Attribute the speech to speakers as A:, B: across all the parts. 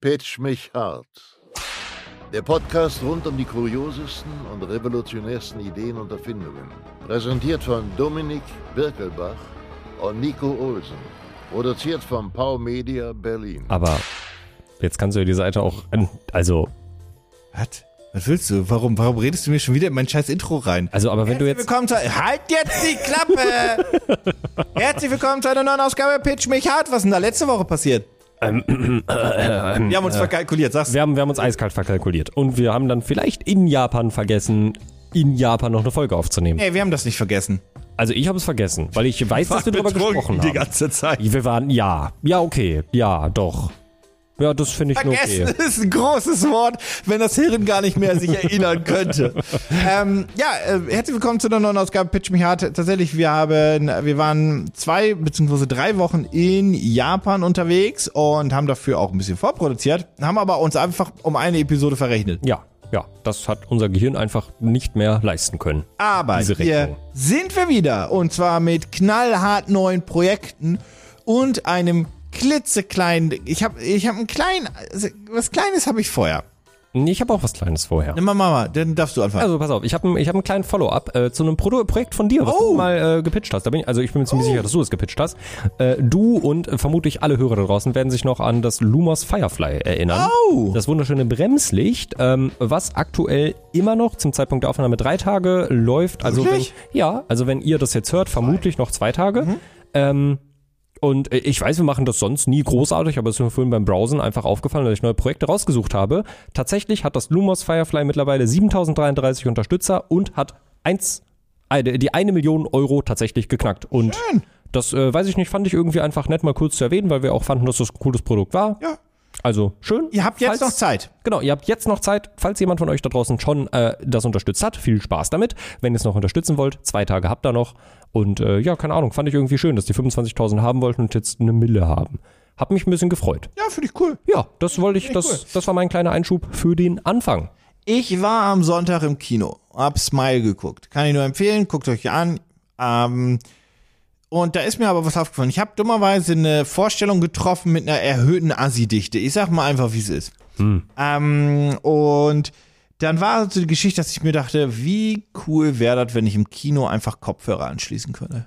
A: Pitch mich hart. Der Podcast rund um die kuriosesten und revolutionärsten Ideen und Erfindungen. Präsentiert von Dominik Birkelbach und Nico Olsen. Produziert von Pau Media Berlin.
B: Aber jetzt kannst du ja die Seite auch. an- Also,
C: Was? Was willst du? Warum, warum redest du mir schon wieder in mein scheiß Intro rein?
B: also aber wenn du
C: Herzlich
B: jetzt.
C: willkommen zu. Halt jetzt die Klappe! Herzlich willkommen zu einer neuen Ausgabe Pitch mich hart. Was ist denn da letzte Woche passiert?
B: Ähm, äh,
C: wir haben uns verkalkuliert, sag's.
B: Wir haben, wir haben uns eiskalt verkalkuliert. Und wir haben dann vielleicht in Japan vergessen, in Japan noch eine Folge aufzunehmen.
C: Nee, wir haben das nicht vergessen.
B: Also ich habe es vergessen, weil ich weiß, dass wir drüber
C: Betrunken
B: gesprochen
C: die
B: haben.
C: ganze Zeit.
B: Wir waren, ja, ja, okay, ja, doch. Ja, das finde ich nur
C: Vergessen
B: okay.
C: ist ein großes Wort, wenn das Hirn gar nicht mehr sich erinnern könnte. ähm, ja, äh, herzlich willkommen zu einer neuen Ausgabe Pitch mich hart. Tatsächlich, wir haben, wir waren zwei beziehungsweise drei Wochen in Japan unterwegs und haben dafür auch ein bisschen vorproduziert, haben aber uns einfach um eine Episode verrechnet.
B: Ja, ja, das hat unser Gehirn einfach nicht mehr leisten können.
C: Aber
B: Diese
C: hier
B: Rechnung.
C: sind wir wieder und zwar mit knallhart neuen Projekten und einem klitzekleinen. Ich habe, ich habe einen kleinen, also, was Kleines habe ich vorher.
B: Ich habe auch was Kleines vorher.
C: Nimm mal Mama, dann darfst du anfangen.
B: Also pass auf, ich habe einen ich hab einen kleinen Follow-up äh, zu einem Produ Projekt von dir, was
C: Oh.
B: du mal äh, gepitcht hast. Da bin ich, also ich bin mir ziemlich sicher, dass du es gepitcht hast. Äh, du und äh, vermutlich alle Hörer da draußen werden sich noch an das Lumos Firefly erinnern.
C: Oh.
B: Das wunderschöne Bremslicht, ähm, was aktuell immer noch zum Zeitpunkt der Aufnahme drei Tage läuft. Also wenn,
C: Wirklich? Mhm.
B: ja, also wenn ihr das jetzt hört, vermutlich noch zwei Tage. Ähm, und äh, ich weiß, wir machen das sonst nie großartig, aber es ist mir vorhin beim Browsen einfach aufgefallen, dass ich neue Projekte rausgesucht habe. Tatsächlich hat das Lumos Firefly mittlerweile 7033 Unterstützer und hat eins, äh, die eine Million Euro tatsächlich geknackt. Und das, äh, weiß ich nicht, fand ich irgendwie einfach nett mal kurz zu erwähnen, weil wir auch fanden, dass das ein cooles Produkt war.
C: Ja.
B: Also schön.
C: Ihr habt jetzt
B: Falls-
C: noch Zeit.
B: Genau, ihr habt jetzt noch Zeit, falls jemand von euch da draußen schon äh, das unterstützt hat. Viel Spaß damit. Wenn ihr es noch unterstützen wollt, zwei Tage habt ihr noch. Und äh, ja, keine Ahnung, fand ich irgendwie schön, dass die 25.000 haben wollten und jetzt eine Mille haben. Hab mich ein bisschen gefreut.
C: Ja, finde ich cool.
B: Ja, das wollte ich, das,
C: cool.
B: das war mein kleiner Einschub für den Anfang.
C: Ich war am Sonntag im Kino, hab Smile geguckt. Kann ich nur empfehlen, guckt euch an. Ähm, und da ist mir aber was aufgefallen. Ich habe dummerweise eine Vorstellung getroffen mit einer erhöhten Assi-Dichte. Ich sag mal einfach, wie es ist. Ähm, und dann war so die Geschichte, dass ich mir dachte, wie cool wäre das, wenn ich im Kino einfach Kopfhörer anschließen könnte.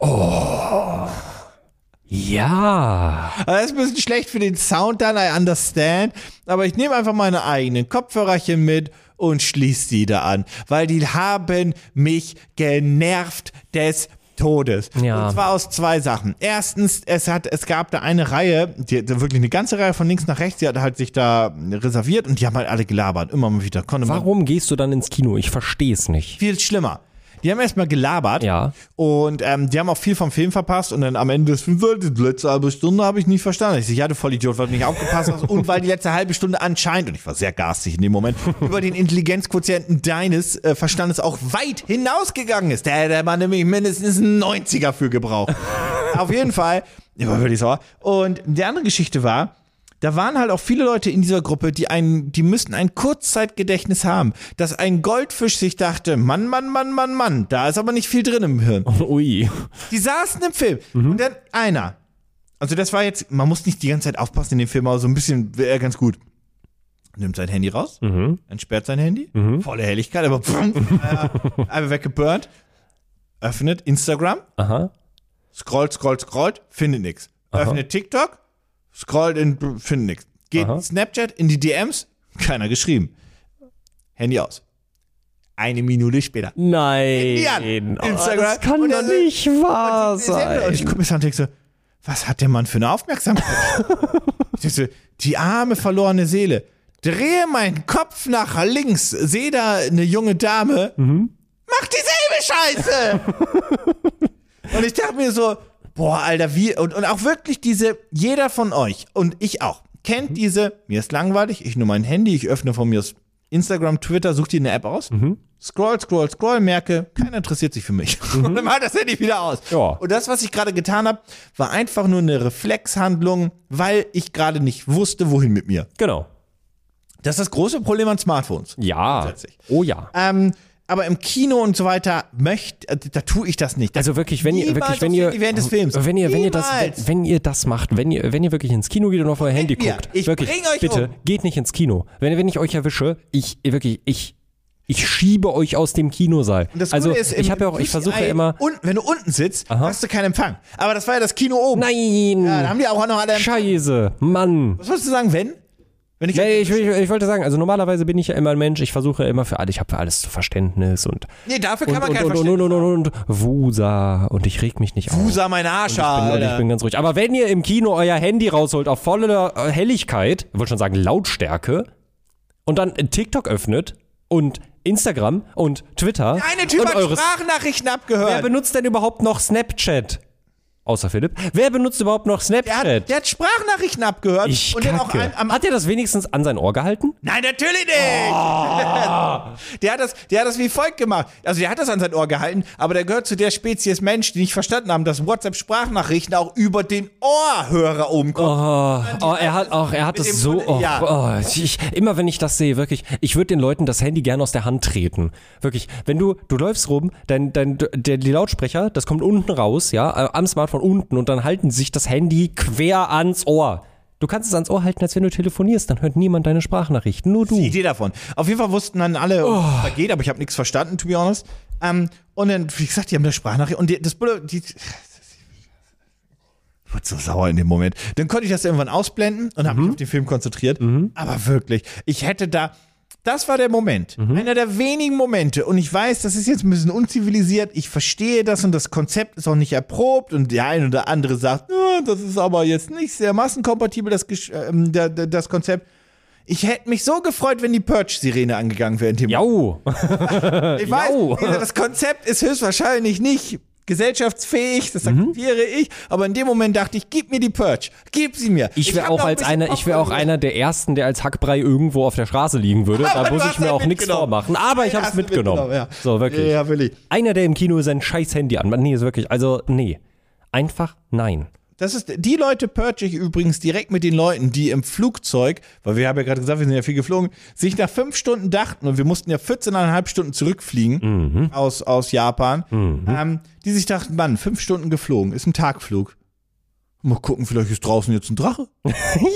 B: Ja.
C: Also Das ist ein bisschen schlecht für den Sound dann, I understand. Aber ich nehme einfach meine eigenen Kopfhörerchen mit und schließe die da an. Weil die haben mich genervt des Todes.
B: Ja.
C: Und zwar aus zwei Sachen. Erstens, es hat, es gab da eine Reihe, die, die wirklich eine ganze Reihe von links nach rechts, die hat halt sich da reserviert und die haben halt alle gelabert. Immer mal wieder. Konnte man
B: Warum gehst du dann ins Kino? Ich verstehe es nicht.
C: viel schlimmer. Die haben erstmal gelabert.
B: Ja.
C: Und ähm, die haben auch viel vom Film verpasst und dann am Ende des Films, "Äh, die letzte halbe Stunde habe ich nicht verstanden. Ich so, ja, du Vollidiot, weil du nicht aufgepasst hast und weil die letzte halbe Stunde anscheinend, und ich war sehr garstig in dem Moment, über den Intelligenzquotienten deines äh, Verstandes auch weit hinausgegangen ist. Da hätte man nämlich mindestens einen 90er für gebraucht. Auf jeden Fall, ich war wirklich sauer. Und die andere Geschichte war, da waren halt auch viele Leute in dieser Gruppe, die einen, die müssten ein Kurzzeitgedächtnis haben, dass ein Goldfisch sich dachte, Mann, Mann, Mann, Mann, Mann, da ist aber nicht viel drin im Hirn.
B: Ui.
C: Die saßen im Film und dann einer. Also das war jetzt, man muss nicht die ganze Zeit aufpassen in dem Film, aber so ein bisschen wäre ganz gut. Nimmt sein Handy raus, entsperrt sein Handy, volle Helligkeit, aber pff, äh, einfach weggeburnt, öffnet Instagram,
B: Aha.
C: scrollt, scrollt, scrollt, findet nichts. Öffnet TikTok, scrollt in, findet nichts. Geht
B: Aha.
C: Snapchat in die DMs, keiner geschrieben. Handy aus. Eine Minute später.
B: Nein.
C: Ja, Instagram.
B: Oh, das kann
C: Und
B: doch
C: dann-
B: nicht wahr
C: Und
B: sein.
C: ich gucke mich an und denke so, was hat der Mann für eine Aufmerksamkeit? ich denk so, die arme verlorene Seele. Drehe meinen Kopf nach links, sehe da eine junge Dame, mach dieselbe Scheiße! und ich dachte mir so, boah, Alter, wie, und, und auch wirklich diese, jeder von euch und ich auch, kennt diese, mir ist langweilig, ich nehme mein Handy, ich öffne von mir aus Instagram, Twitter, such dir eine App aus, scroll, scroll, scroll, merke, keiner interessiert sich für mich. Und dann macht das Handy wieder aus.
B: Ja.
C: Und das, was ich gerade getan habe, war einfach nur eine Reflexhandlung, weil ich gerade nicht wusste, wohin mit mir.
B: Genau.
C: Das ist das große Problem an Smartphones.
B: Ja.
C: Grundsätzlich.
B: Oh ja.
C: Ähm, aber im Kino und so weiter möchte, äh, da tue ich das nicht. Da
B: Also wirklich, wenn ihr wirklich,
C: Niemals
B: wenn
C: auf
B: ihr
C: die- während des Films.
B: wenn ihr wenn ihr das
C: Niemals.
B: wenn ihr das macht, wenn ihr wenn ihr wirklich ins Kino geht und auf euer Handy
C: mir,
B: guckt,
C: ich
B: wirklich,
C: bring euch
B: bitte
C: um.
B: geht nicht ins Kino. Wenn wenn ich euch erwische, ich wirklich ich ich schiebe euch aus dem Kinosaal.
C: Und das
B: also
C: Coole ist, im
B: ich habe ja auch ich versuche ja
C: UCI
B: immer
C: Und wenn du unten sitzt,
B: Aha.
C: hast du keinen Empfang. Aber das war ja das Kino oben.
B: nein
C: Ja, da haben die auch noch alle.
B: Scheiße, Mann.
C: Was wolltest du sagen, wenn? Wenn ich.
B: Nee, ich, ich, ich wollte sagen, also normalerweise bin ich ja immer ein Mensch, ich versuche ja immer für alles, ich habe für alles zu Verständnis und
C: nee, dafür
B: und
C: kann man
B: und
C: keinen
B: und, und
C: verstehen.
B: und und und Wusa und ich reg mich nicht auf.
C: Du sah mein Arsch an.
B: Leute, ich
C: Alter.
B: bin ganz ruhig. Aber wenn ihr im Kino euer Handy rausholt auf voller äh, Helligkeit, ich wollte schon sagen Lautstärke, und dann TikTok öffnet und Instagram und Twitter
C: Eine Typ
B: und
C: hat
B: eures
C: Sprachnachrichten
B: Wer
C: abgehört.
B: benutzt denn überhaupt noch Snapchat? Außer Philipp. Wer benutzt überhaupt noch
C: Der hat,
B: Snapchat?
C: der hat Sprachnachrichten abgehört
B: ich
C: und
B: kacke.
C: den auch am, am
B: Hat er das wenigstens an sein Ohr gehalten?
C: Nein, natürlich nicht! der, hat das, der hat das wie folgt gemacht. Also, der hat das an sein Ohr gehalten, aber der gehört zu der Spezies Mensch, die nicht verstanden haben, dass WhatsApp-Sprachnachrichten auch über den Ohrhörer oben kommen.
B: Oh, er hat auch, er hat
C: Mit
B: es
C: dem
B: so.
C: Mund-
B: Oh,
C: ja.
B: oh, ich, immer wenn ich das sehe, wirklich, ich würde den Leuten das Handy gerne aus der Hand treten. Wirklich, wenn du, du läufst rum, dein, dein, der, die Lautsprecher, das kommt unten raus, ja, äh, am Smartphone unten und dann halten sie sich das Handy quer ans Ohr. Du kannst es ans Ohr halten, als wenn du telefonierst, dann hört niemand deine Sprachnachrichten, nur du.
C: Die Idee davon. Auf jeden Fall wussten dann alle, oh. was da geht, aber ich habe nichts verstanden, to be honest. Ähm, und dann, wie gesagt, die haben eine Sprachnachricht und die, das Bulle, die. Ich wurde so sauer in dem Moment. Dann konnte ich das irgendwann ausblenden und habe mich auf den Film konzentriert. Aber wirklich, ich hätte da. Das war der Moment. Einer der wenigen Momente. Und ich weiß, das ist jetzt ein bisschen unzivilisiert. Ich verstehe das und das Konzept ist auch nicht erprobt. Und der ein oder andere sagt, "Ah, das ist aber jetzt nicht sehr massenkompatibel, das, Gesch- ähm, da- da- das Konzept. Ich hätte mich so gefreut, wenn die Purge-Sirene angegangen wäre in dem
B: Jau.
C: ich weiß,
B: Jau.
C: wie gesagt, das Konzept ist höchstwahrscheinlich nicht gesellschaftsfähig, das
B: Mhm.
C: akzeptiere ich, aber in dem Moment dachte ich, gib mir die Purge, gib sie mir.
B: Ich
C: hab
B: wäre auch
C: noch ein
B: als
C: bisschen
B: einer, ich wäre auch
C: Hoffnung.
B: einer der ersten, der als Hackbrei irgendwo auf der Straße liegen würde.
C: Aber
B: Da
C: du
B: muss
C: hast
B: ich mir
C: ihn
B: auch nichts
C: mitgenommen.
B: vormachen. Aber ich
C: Nein,
B: habe es
C: hast du
B: mitgenommen.
C: ja.
B: So, wirklich.
C: Ja, will ich.
B: Einer, der im Kino sein scheiß Handy anmacht. Nee, ist wirklich. Also, nee. Einfach nein.
C: Das ist, die Leute purge ich übrigens direkt mit den Leuten, die im Flugzeug, weil wir haben ja gerade gesagt, wir sind ja viel geflogen, sich nach fünf Stunden dachten, und wir mussten ja 14,5 Stunden zurückfliegen
B: Mhm.
C: aus, aus Japan, ähm, die sich dachten, Mann, fünf Stunden geflogen, ist ein Tagflug. Mal gucken, vielleicht ist draußen jetzt ein Drache.
B: Ja!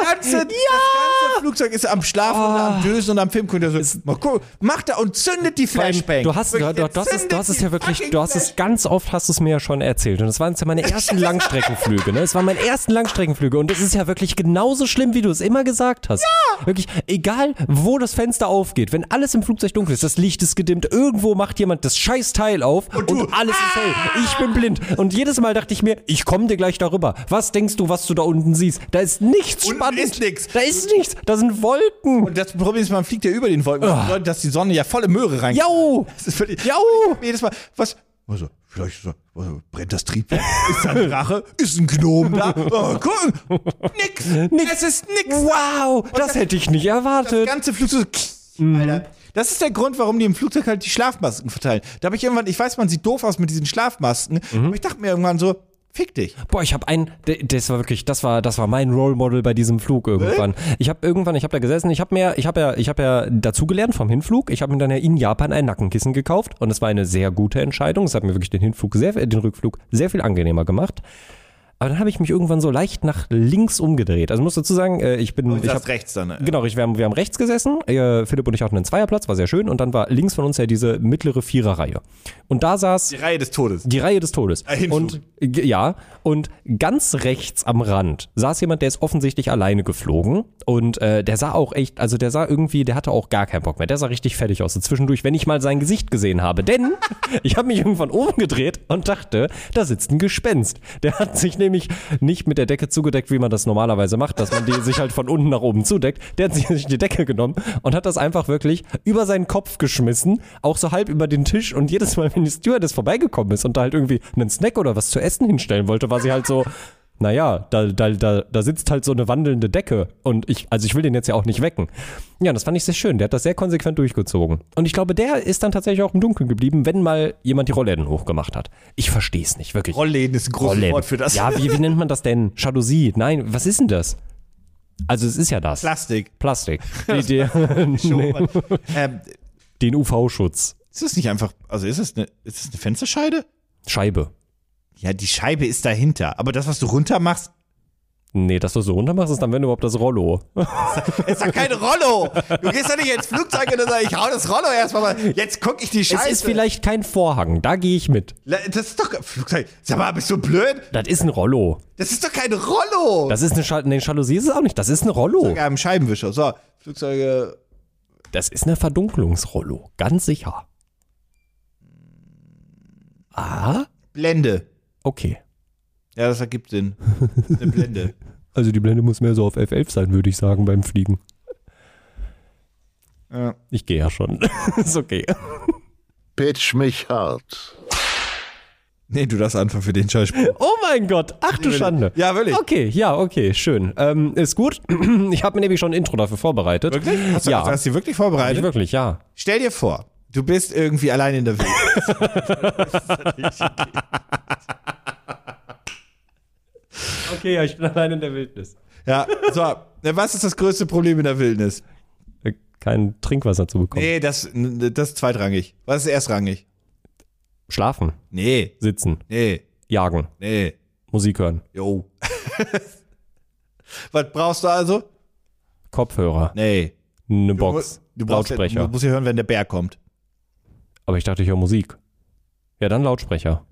B: Oh.
C: ganze, das ganze Flugzeug ist am Schlafen und am Dösen und am Film. Könnt ihr so, mal gucken, macht da und zündet die Flashbang.
B: Du hast, du,
C: Wirklich,
B: du, du, hast es,
C: zündet
B: du hast es
C: die
B: ja wirklich,
C: fucking
B: du hast es ganz oft, hast du es mir ja schon erzählt. Und das waren jetzt ja meine ersten Langstreckenflüge, ne? Es waren meine ersten Langstreckenflüge. Und es ist ja wirklich genauso schlimm, wie du es immer gesagt hast. Ja! Wirklich, egal wo das Fenster aufgeht, wenn alles im Flugzeug dunkel ist, das Licht ist gedimmt, irgendwo macht jemand das scheiß Teil auf und, alles ist
C: Ah!
B: hell. Ich bin blind. Und jedes Mal dachte ich mir, ich komme dir gleich darüber. Was denkst du, was du da unten siehst? Da ist nichts
C: Unten
B: spannend.
C: ist nix.
B: Da ist nichts. Da sind Wolken.
C: Und das Problem ist, man fliegt ja über den Wolken. Das bedeutet, dass die Sonne ja volle Möhre rein.
B: Ah. Jau!
C: Das ist völlig,
B: Jau!
C: Jedes Mal, was? Also, vielleicht ist, er- also, brennt das Triebwerk? Ist da ein Drache? Ist ein Gnom da? Oh, gucken! Nix!
B: Nix.
C: Es ist nix!
B: Wow, das hätte ich nicht
C: Das
B: erwartet.
C: ganze Flugzeug. so,
B: Mhm.
C: Alter. Das ist der Grund, warum die im Flugzeug halt die Schlafmasken verteilen. Da habe ich irgendwann, ich weiß, man sieht doof aus mit diesen Schlafmasken,
B: Mhm.
C: aber ich dachte mir irgendwann so, fick dich.
B: Boah, ich habe einen, d- das war wirklich, das war, das war mein Role Model bei diesem Flug irgendwann. Ich habe irgendwann, ich habe da gesessen, ich habe mir, ich habe ja, ich habe ja dazugelernt vom Hinflug. Ich habe mir dann ja in Japan ein Nackenkissen gekauft und es war eine sehr gute Entscheidung. Es hat mir wirklich den Hinflug sehr, äh, den Rückflug sehr viel angenehmer gemacht. Aber dann habe ich mich irgendwann so leicht nach links umgedreht. Also muss dazu sagen, äh, ich bin, ich
C: saß
B: hab-
C: rechts dann, ne?
B: Genau, ich, wir, haben, wir haben rechts gesessen. Äh, Philipp und ich hatten einen Zweierplatz, war sehr schön. Und dann war links von uns ja diese mittlere Viererreihe. Und da saß
C: Die Reihe des Todes.
B: die Reihe des Todes.
C: Hinflug.
B: Und g- ja, und ganz rechts am Rand saß jemand, der ist offensichtlich alleine geflogen und äh, der sah auch echt, also der sah irgendwie, der hatte auch gar keinen Bock mehr. Der sah richtig fertig aus. Und zwischendurch, wenn ich mal sein Gesicht gesehen habe, denn ich habe mich irgendwann umgedreht und dachte, da sitzt ein Gespenst. Der hat sich nämlich nicht mit der Decke zugedeckt, wie man das normalerweise macht, dass man die sich halt von unten nach oben zudeckt. Der hat sich die Decke genommen und hat das einfach wirklich über seinen Kopf geschmissen, auch so halb über den Tisch. Und jedes Mal, wenn die Stewardess vorbeigekommen ist und da halt irgendwie einen Snack oder was zu essen hinstellen wollte, war sie halt so, naja, da, da, da, da sitzt halt so eine wandelnde Decke. Und ich, also ich will den jetzt ja auch nicht wecken. Ja, das fand ich sehr schön. Der hat das sehr konsequent durchgezogen. Und ich glaube, der ist dann tatsächlich auch im Dunkeln geblieben, wenn mal jemand die Rollläden hochgemacht hat. Ich verstehe es nicht, wirklich.
C: Rollläden ist ein großes
B: Rollläden.
C: Wort für das.
B: Ja, wie, wie nennt man das denn? Jalousie? Nein, was ist denn das? Also es ist ja das.
C: Plastik.
B: Plastik. Die, die,
C: ähm,
B: den UV-Schutz.
C: Ist das nicht einfach, also ist das eine, ist das eine Fensterscheibe?
B: Scheibe.
C: Ja, die Scheibe ist dahinter. Aber das, was du runter machst,
B: Nee, dass du so runter machst, ist dann, wenn überhaupt das Rollo.
C: ist doch kein Rollo. Du gehst ja nicht ins Flugzeug und sagst, ich hau das Rollo erstmal mal. Jetzt guck ich die Scheiße.
B: Es ist vielleicht kein Vorhang, da gehe ich mit.
C: Le- Das ist doch Flugzeug. Sag mal, bist du blöd?
B: Das ist ein Rollo.
C: Das ist doch kein Rollo.
B: Das ist eine Schal nee, Jalousie ist es auch nicht, das ist ein Rollo.
C: Flugzeuge haben Scheibenwischer. So, Flugzeuge.
B: Das ist eine Verdunklungsrollo, ganz sicher. Ah,
C: Blende.
B: okay.
C: Ja, das ergibt Sinn. Eine Blende.
B: Also die Blende muss mehr so auf F11 sein, würde ich sagen, beim Fliegen.
C: Ja.
B: Ich gehe ja schon. ist okay.
A: Pitch mich hart.
C: Nee, du darfst anfangen für den Scheißspiel.
B: Oh mein Gott, ach du Schande.
C: Ja, wirklich.
B: Okay, ja, okay, schön. Ähm, ist gut. Ich habe mir nämlich schon ein Intro dafür vorbereitet.
C: Wirklich? Hast du,
B: Ja.
C: hast du die wirklich
B: Ich
C: vorbereitet?
B: wirklich, ja.
C: Stell dir vor, du bist irgendwie allein in der Welt.
B: Okay, ja, ich bin allein in der Wildnis.
C: ja, so. Na, Was ist das größte Problem in der Wildnis?
B: Äh, Kein Trinkwasser zu bekommen.
C: Nee, das, das ist zweitrangig. Was ist erstrangig?
B: Schlafen,
C: Nee,
B: sitzen,
C: nee,
B: jagen,
C: nee.
B: Musik hören,
C: Jo. Was brauchst du also?
B: Kopfhörer,
C: Nee.
B: eine
C: Du mu-
B: Box,
C: du brauchst,
B: Lautsprecher.
C: Du musst hier hören, wenn der Bär kommt.
B: Aber ich dachte, ich höre Musik. Ja, dann Lautsprecher.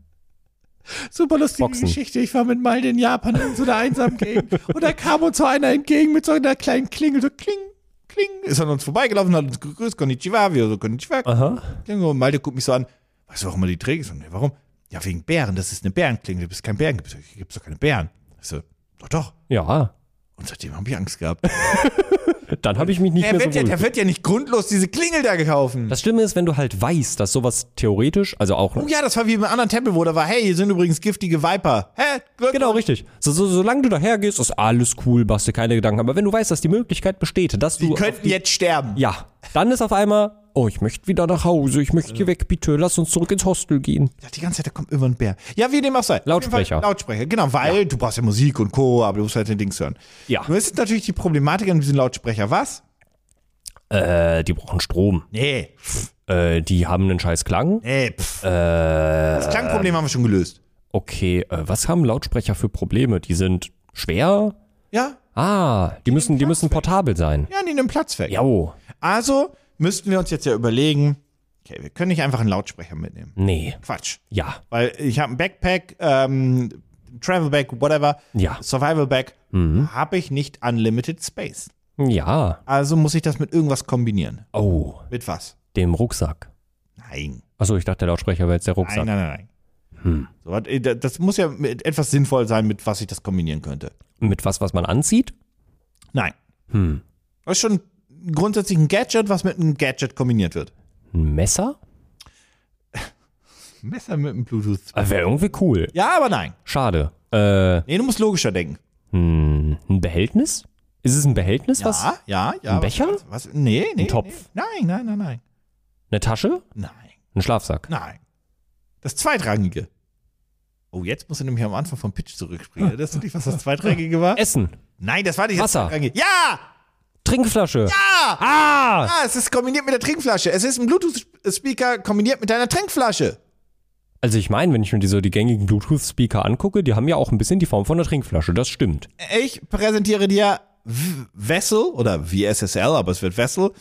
C: Super lustige
B: Boxen.
C: Geschichte. Ich war mit Malte in Japan in so einer einsamen Gegend. Und da kam uns so einer entgegen mit so einer kleinen Klingel. So kling, kling. Ist an uns vorbeigelaufen, hat uns gegrüßt. Konnichiwa, wir so konnichiwa.
B: Aha.
C: Klingel. Und Malte guckt mich so an. Weißt du, warum man die trägt? Ich So, nee, warum? Ja, wegen Bären. Das ist eine Bärenklingel. Du bist kein Bären. Gibt es doch keine Bären. Ich so, doch, doch.
B: Ja,
C: Und seitdem habe ich Angst gehabt.
B: dann habe ich mich nicht
C: Der
B: mehr so
C: wird, ja,
B: wohl.
C: der wird ja nicht grundlos diese Klingel da gekauft.
B: Das Schlimme ist, wenn du halt weißt, dass sowas theoretisch, also auch
C: Oh ja, das war wie im anderen Tempel, wo da war, hey, hier sind übrigens giftige Viper. Hä?
B: Genau, richtig. So, so, solange du dahergehst, ist alles cool, machst dir keine Gedanken. Aber wenn du weißt, dass die Möglichkeit besteht, dass du.
C: Die
B: auf
C: könnten
B: die,
C: jetzt sterben.
B: ja, dann ist auf einmal, oh, ich möchte wieder nach Hause, ich möchte hier weg, bitte, lass uns zurück ins Hostel gehen.
C: Ja, die ganze Zeit, da kommt immer ein Bär. Ja, wie dem auch sei.
B: Lautsprecher.
C: Auf jeden Fall Lautsprecher, genau, weil du brauchst ja Musik und Co., aber du musst halt den Dings hören.
B: Ja.
C: Nur ist natürlich die Problematik an diesem Lautsprecher. Was?
B: Äh, die brauchen Strom.
C: Nee.
B: Äh, die haben einen scheiß Klang.
C: Nee, pff. Das Klangproblem haben wir schon gelöst.
B: Okay, äh, was haben Lautsprecher für Probleme? Die sind schwer.
C: Ja?
B: Ah, die müssen, die müssen portabel sein.
C: Ja, die nehmen Platz weg.
B: Jo.
C: Also müssten wir uns jetzt ja überlegen, okay, wir können nicht einfach einen Lautsprecher mitnehmen.
B: Nee.
C: Quatsch.
B: Ja.
C: Weil ich habe ein Backpack, ähm, Travel Bag, whatever,
B: Ja. Mhm.
C: Survival Bag, habe ich nicht Unlimited Space.
B: Ja.
C: Also muss ich das mit irgendwas kombinieren.
B: Oh,
C: Mit was?
B: dem Rucksack.
C: Nein.
B: Achso, ich dachte, der Lautsprecher wäre jetzt der Rucksack.
C: Nein, nein, nein.
B: Hm.
C: nein. So, wat- äh, da- das muss ja mit etwas sinnvoll sein, mit was ich das kombinieren könnte.
B: Mit was, was man anzieht?
C: Nein.
B: Hm.
C: Das ist schon grundsätzlich ein Gadget, was mit einem Gadget kombiniert wird.
B: Ein Messer?
C: Messer mit einem Bluetooth.
B: Wäre Also irgendwie cool.
C: Ja, aber nein.
B: Schade. Äh,
C: Nee, du musst logischer denken.
B: hm, ein Behältnis? Ist es ein Behältnis, was?
C: Ja, ja, ja.
B: Ein
C: was-
B: Becher?
C: Was, was, nee, nee.
B: Ein Topf?
C: Nee. Nein, nein, nein, nein.
B: Eine Tasche?
C: Nein,
B: Ein Schlafsack?
C: nein. Das Zweitrangige. Oh, jetzt musst du nämlich am Anfang vom Pitch zurückspringen. Erinnerst du dich, was das Zweitrangige war?
B: Essen?
C: Nein, das war nicht das
B: Ah. Äh, Wasser.
C: Zweitrangige. Ja!
B: Trinkflasche?
C: Ja!
B: Ah!
C: Ah, es ist kombiniert mit der Trinkflasche. Es ist ein Bluetooth-Speaker kombiniert mit deiner Trinkflasche.
B: Also ich meine, wenn ich mir die, so die gängigen Bluetooth-Speaker angucke, die haben ja auch ein bisschen die Form von einer Trinkflasche. Das stimmt.
C: Ich präsentiere dir V- Vessel oder VSSL, aber es wird Vessel,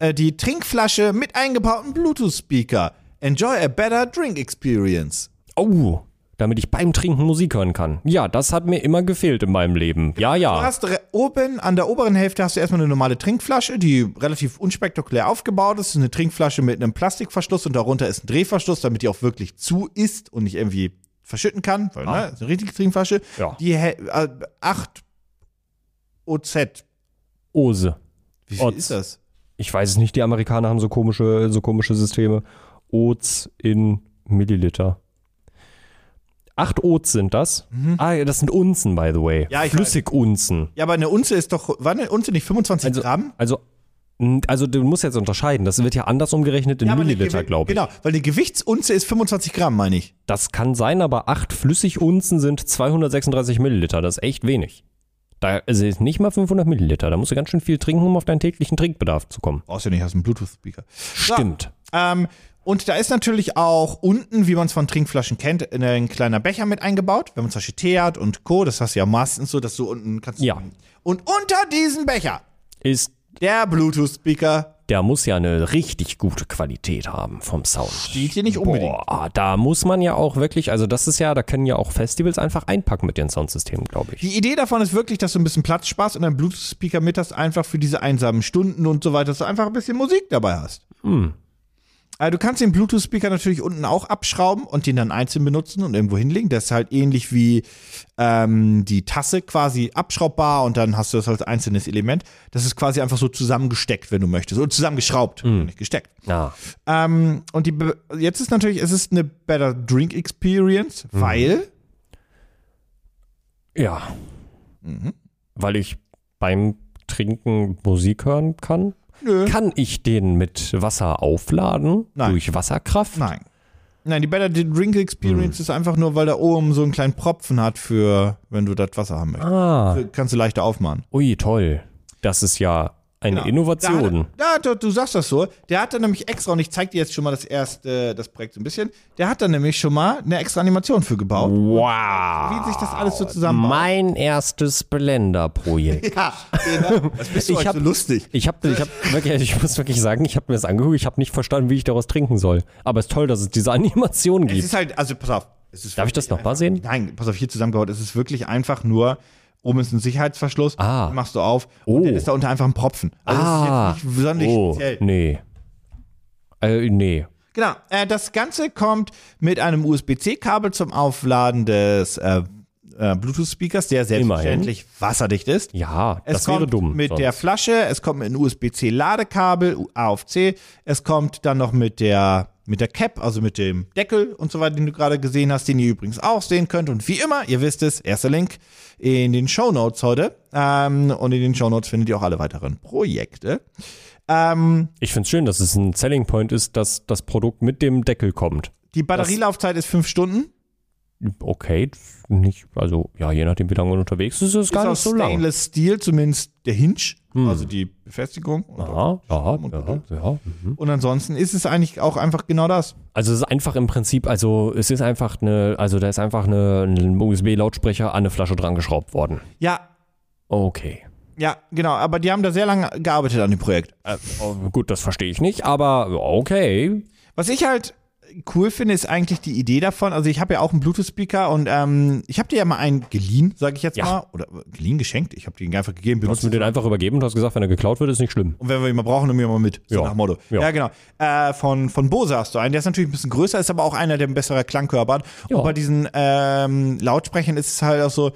C: äh, die Trinkflasche mit eingebauten Bluetooth-Speaker. Enjoy a better drink experience.
B: Oh, damit ich beim Trinken Musik hören kann. Ja, das hat mir immer gefehlt in meinem Leben. Ja,
C: Du
B: ja.
C: hast re- oben an der oberen Hälfte hast du erstmal eine normale Trinkflasche, die relativ unspektakulär aufgebaut ist. Eine Trinkflasche mit einem Plastikverschluss und darunter ist ein Drehverschluss, damit die auch wirklich zu ist und nicht irgendwie verschütten kann. Weil, ne, ist eine richtige Trinkflasche.
B: Ah. Ja.
C: Die hä- äh, 8 OZ.
B: Ose.
C: Wie viel
B: Oz.
C: ist das?
B: Ich weiß es nicht, die Amerikaner haben so komische, so komische Systeme. Oz in Milliliter. Acht Oz sind das. Ah, das sind Unzen, by the way.
C: Mhm. Ja, ich
B: Flüssigunzen.
C: Ja, aber eine Unze ist doch, war eine Unze nicht 25
B: Also,
C: Gramm?
B: also, n- also du musst jetzt unterscheiden. Das wird ja anders umgerechnet in
C: Ja, aber eine
B: Milliliter,
C: Gewi-
B: glaube ich.
C: Genau, weil eine Gewichtsunze ist 25 Gramm, meine ich.
B: Das kann sein, aber acht Flüssigunzen sind 236 Milliliter. Das ist echt wenig. Da sind nicht mal 500 Milliliter. Da musst du ganz schön viel trinken, um auf deinen täglichen Trinkbedarf zu kommen.
C: Brauchst ja nicht, hast einen Bluetooth-Speaker.
B: Stimmt.
C: Ähm, Und da ist natürlich auch unten, wie man es von Trinkflaschen kennt, ein kleiner Becher mit eingebaut. Wenn man zum Beispiel Tee hat und Co., das hast du ja meistens so, dass du unten kannst. du-
B: Ja.
C: Und unter diesem Becher,
B: Ist,
C: der Bluetooth-Speaker,
B: der muss ja eine richtig gute Qualität haben vom Sound.
C: steht hier nicht unbedingt.
B: Boah, da muss man ja auch wirklich, also das ist ja, da können ja auch Festivals einfach einpacken mit den Soundsystemen, glaube ich.
C: Die Idee davon ist wirklich, dass du ein bisschen Platz sparst und einen Bluetooth-Speaker mit hast, einfach für diese einsamen Stunden und so weiter, dass du einfach ein bisschen Musik dabei hast. Also du kannst den Bluetooth-Speaker natürlich unten auch abschrauben und den dann einzeln benutzen und irgendwo hinlegen. Das ist halt ähnlich wie ähm, die Tasse quasi abschraubbar und dann hast du das als einzelnes Element. Das ist quasi einfach so zusammengesteckt, wenn du möchtest. Oder zusammengeschraubt, nicht gesteckt.
B: Ja.
C: Ähm, und die Be jetzt ist natürlich, es ist eine Better Drink Experience, weil
B: Ja.
C: Mhm.
B: Weil ich beim Trinken Musik hören kann.
C: Nö.
B: Kann ich den mit Wasser aufladen?
C: Nein.
B: Durch Wasserkraft?
C: Nein. Nein, die Better Drink Experience
B: Hm.
C: ist einfach nur, weil da oben so einen kleinen Propfen hat für, wenn du das Wasser haben möchtest.
B: Ah,
C: Kannst du leichter aufmachen.
B: ui, toll. Das ist ja eine
C: Genau.
B: Innovation.
C: Da hat, da, du sagst das so. Der hat dann nämlich extra, und ich zeig dir jetzt schon mal das erste, das Projekt so ein bisschen, der hat dann nämlich schon mal eine extra Animation für gebaut.
B: Wow.
C: Wie sich das alles so zusammenbaut.
B: Mein erstes Blender-Projekt.
C: ja, genau. das bist du
B: Ich
C: euch
B: hab-
C: so lustig.
B: Ich habe, ich hab wirklich, ich muss wirklich sagen, ich habe mir das angeguckt, ich habe nicht verstanden, wie ich daraus trinken soll. Aber es ist toll, dass es diese Animation
C: Es
B: gibt.
C: ist halt, also pass auf. Es ist
B: Darf ich das nochmal sehen?
C: Nein, pass auf, hier zusammengebaut. Es ist wirklich einfach nur, oben ist ein Sicherheitsverschluss,
B: Ah.
C: den machst du auf und
B: Oh.
C: dann ist da unter einfach ein Propfen. Also
B: ah,
C: das ist jetzt nicht besonders
B: oh,
C: speziell.
B: nee. Äh, nee.
C: Genau, äh, das Ganze kommt mit einem USB-C-Kabel zum Aufladen des äh, äh, Bluetooth-Speakers, der selbstverständlich wasserdicht ist.
B: Ja,
C: Es
B: das
C: kommt
B: wäre dumm.
C: mit der
B: sonst.
C: Flasche, es kommt mit einem USB-C-Ladekabel, U- AFC, es kommt dann noch mit der mit der Cap, also mit dem Deckel und so weiter, den du gerade gesehen hast, den ihr übrigens auch sehen könnt. Und wie immer, ihr wisst es, erster Link in den Show Notes heute. Ähm, und in den Show Notes findet ihr auch alle weiteren Projekte. Ähm,
B: ich finde es schön, dass es ein Selling Point ist, dass das Produkt mit dem Deckel kommt.
C: Die Batterielaufzeit ist fünf Stunden.
B: Okay, nicht, also ja, je nachdem, wie lange man unterwegs ist, ist es gar nicht
C: ist
B: so Hm.
C: aus
B: lang.
C: Stainless Steel, zumindest der Hinge, also die Befestigung. Und,
B: Ja, ja,
C: und-
B: ja, ja.
C: und ansonsten ist es eigentlich auch einfach genau das.
B: Also es ist einfach im Prinzip, also es ist einfach eine, also da ist einfach eine, ein USB-Lautsprecher an eine Flasche dran geschraubt worden.
C: Ja,
B: Okay.
C: ja, genau. Aber die haben da sehr lange gearbeitet an dem Projekt.
B: Oh, gut, das verstehe ich nicht, aber okay.
C: Was ich halt cool finde, ist eigentlich die Idee davon. Also ich habe ja auch einen Bluetooth-Speaker und ähm, ich habe dir ja mal einen geliehen, sage ich jetzt
B: Ja.
C: mal. Oder äh, geliehen, geschenkt. Ich habe den einfach gegeben,
B: Du hast
C: benutzt.
B: mir den einfach übergeben und hast gesagt, wenn er geklaut wird, ist nicht schlimm.
C: Und wenn wir ihn mal brauchen, nehmen wir ihn mal mit. So
B: Ja.
C: nach Motto. Ja,
B: Ja.
C: genau. Äh, von, von Bose hast du einen. Der ist natürlich ein bisschen größer, ist aber auch einer, der ein besserer Klangkörper hat.
B: Ja.
C: Und bei diesen ähm, Lautsprechern ist es halt auch so,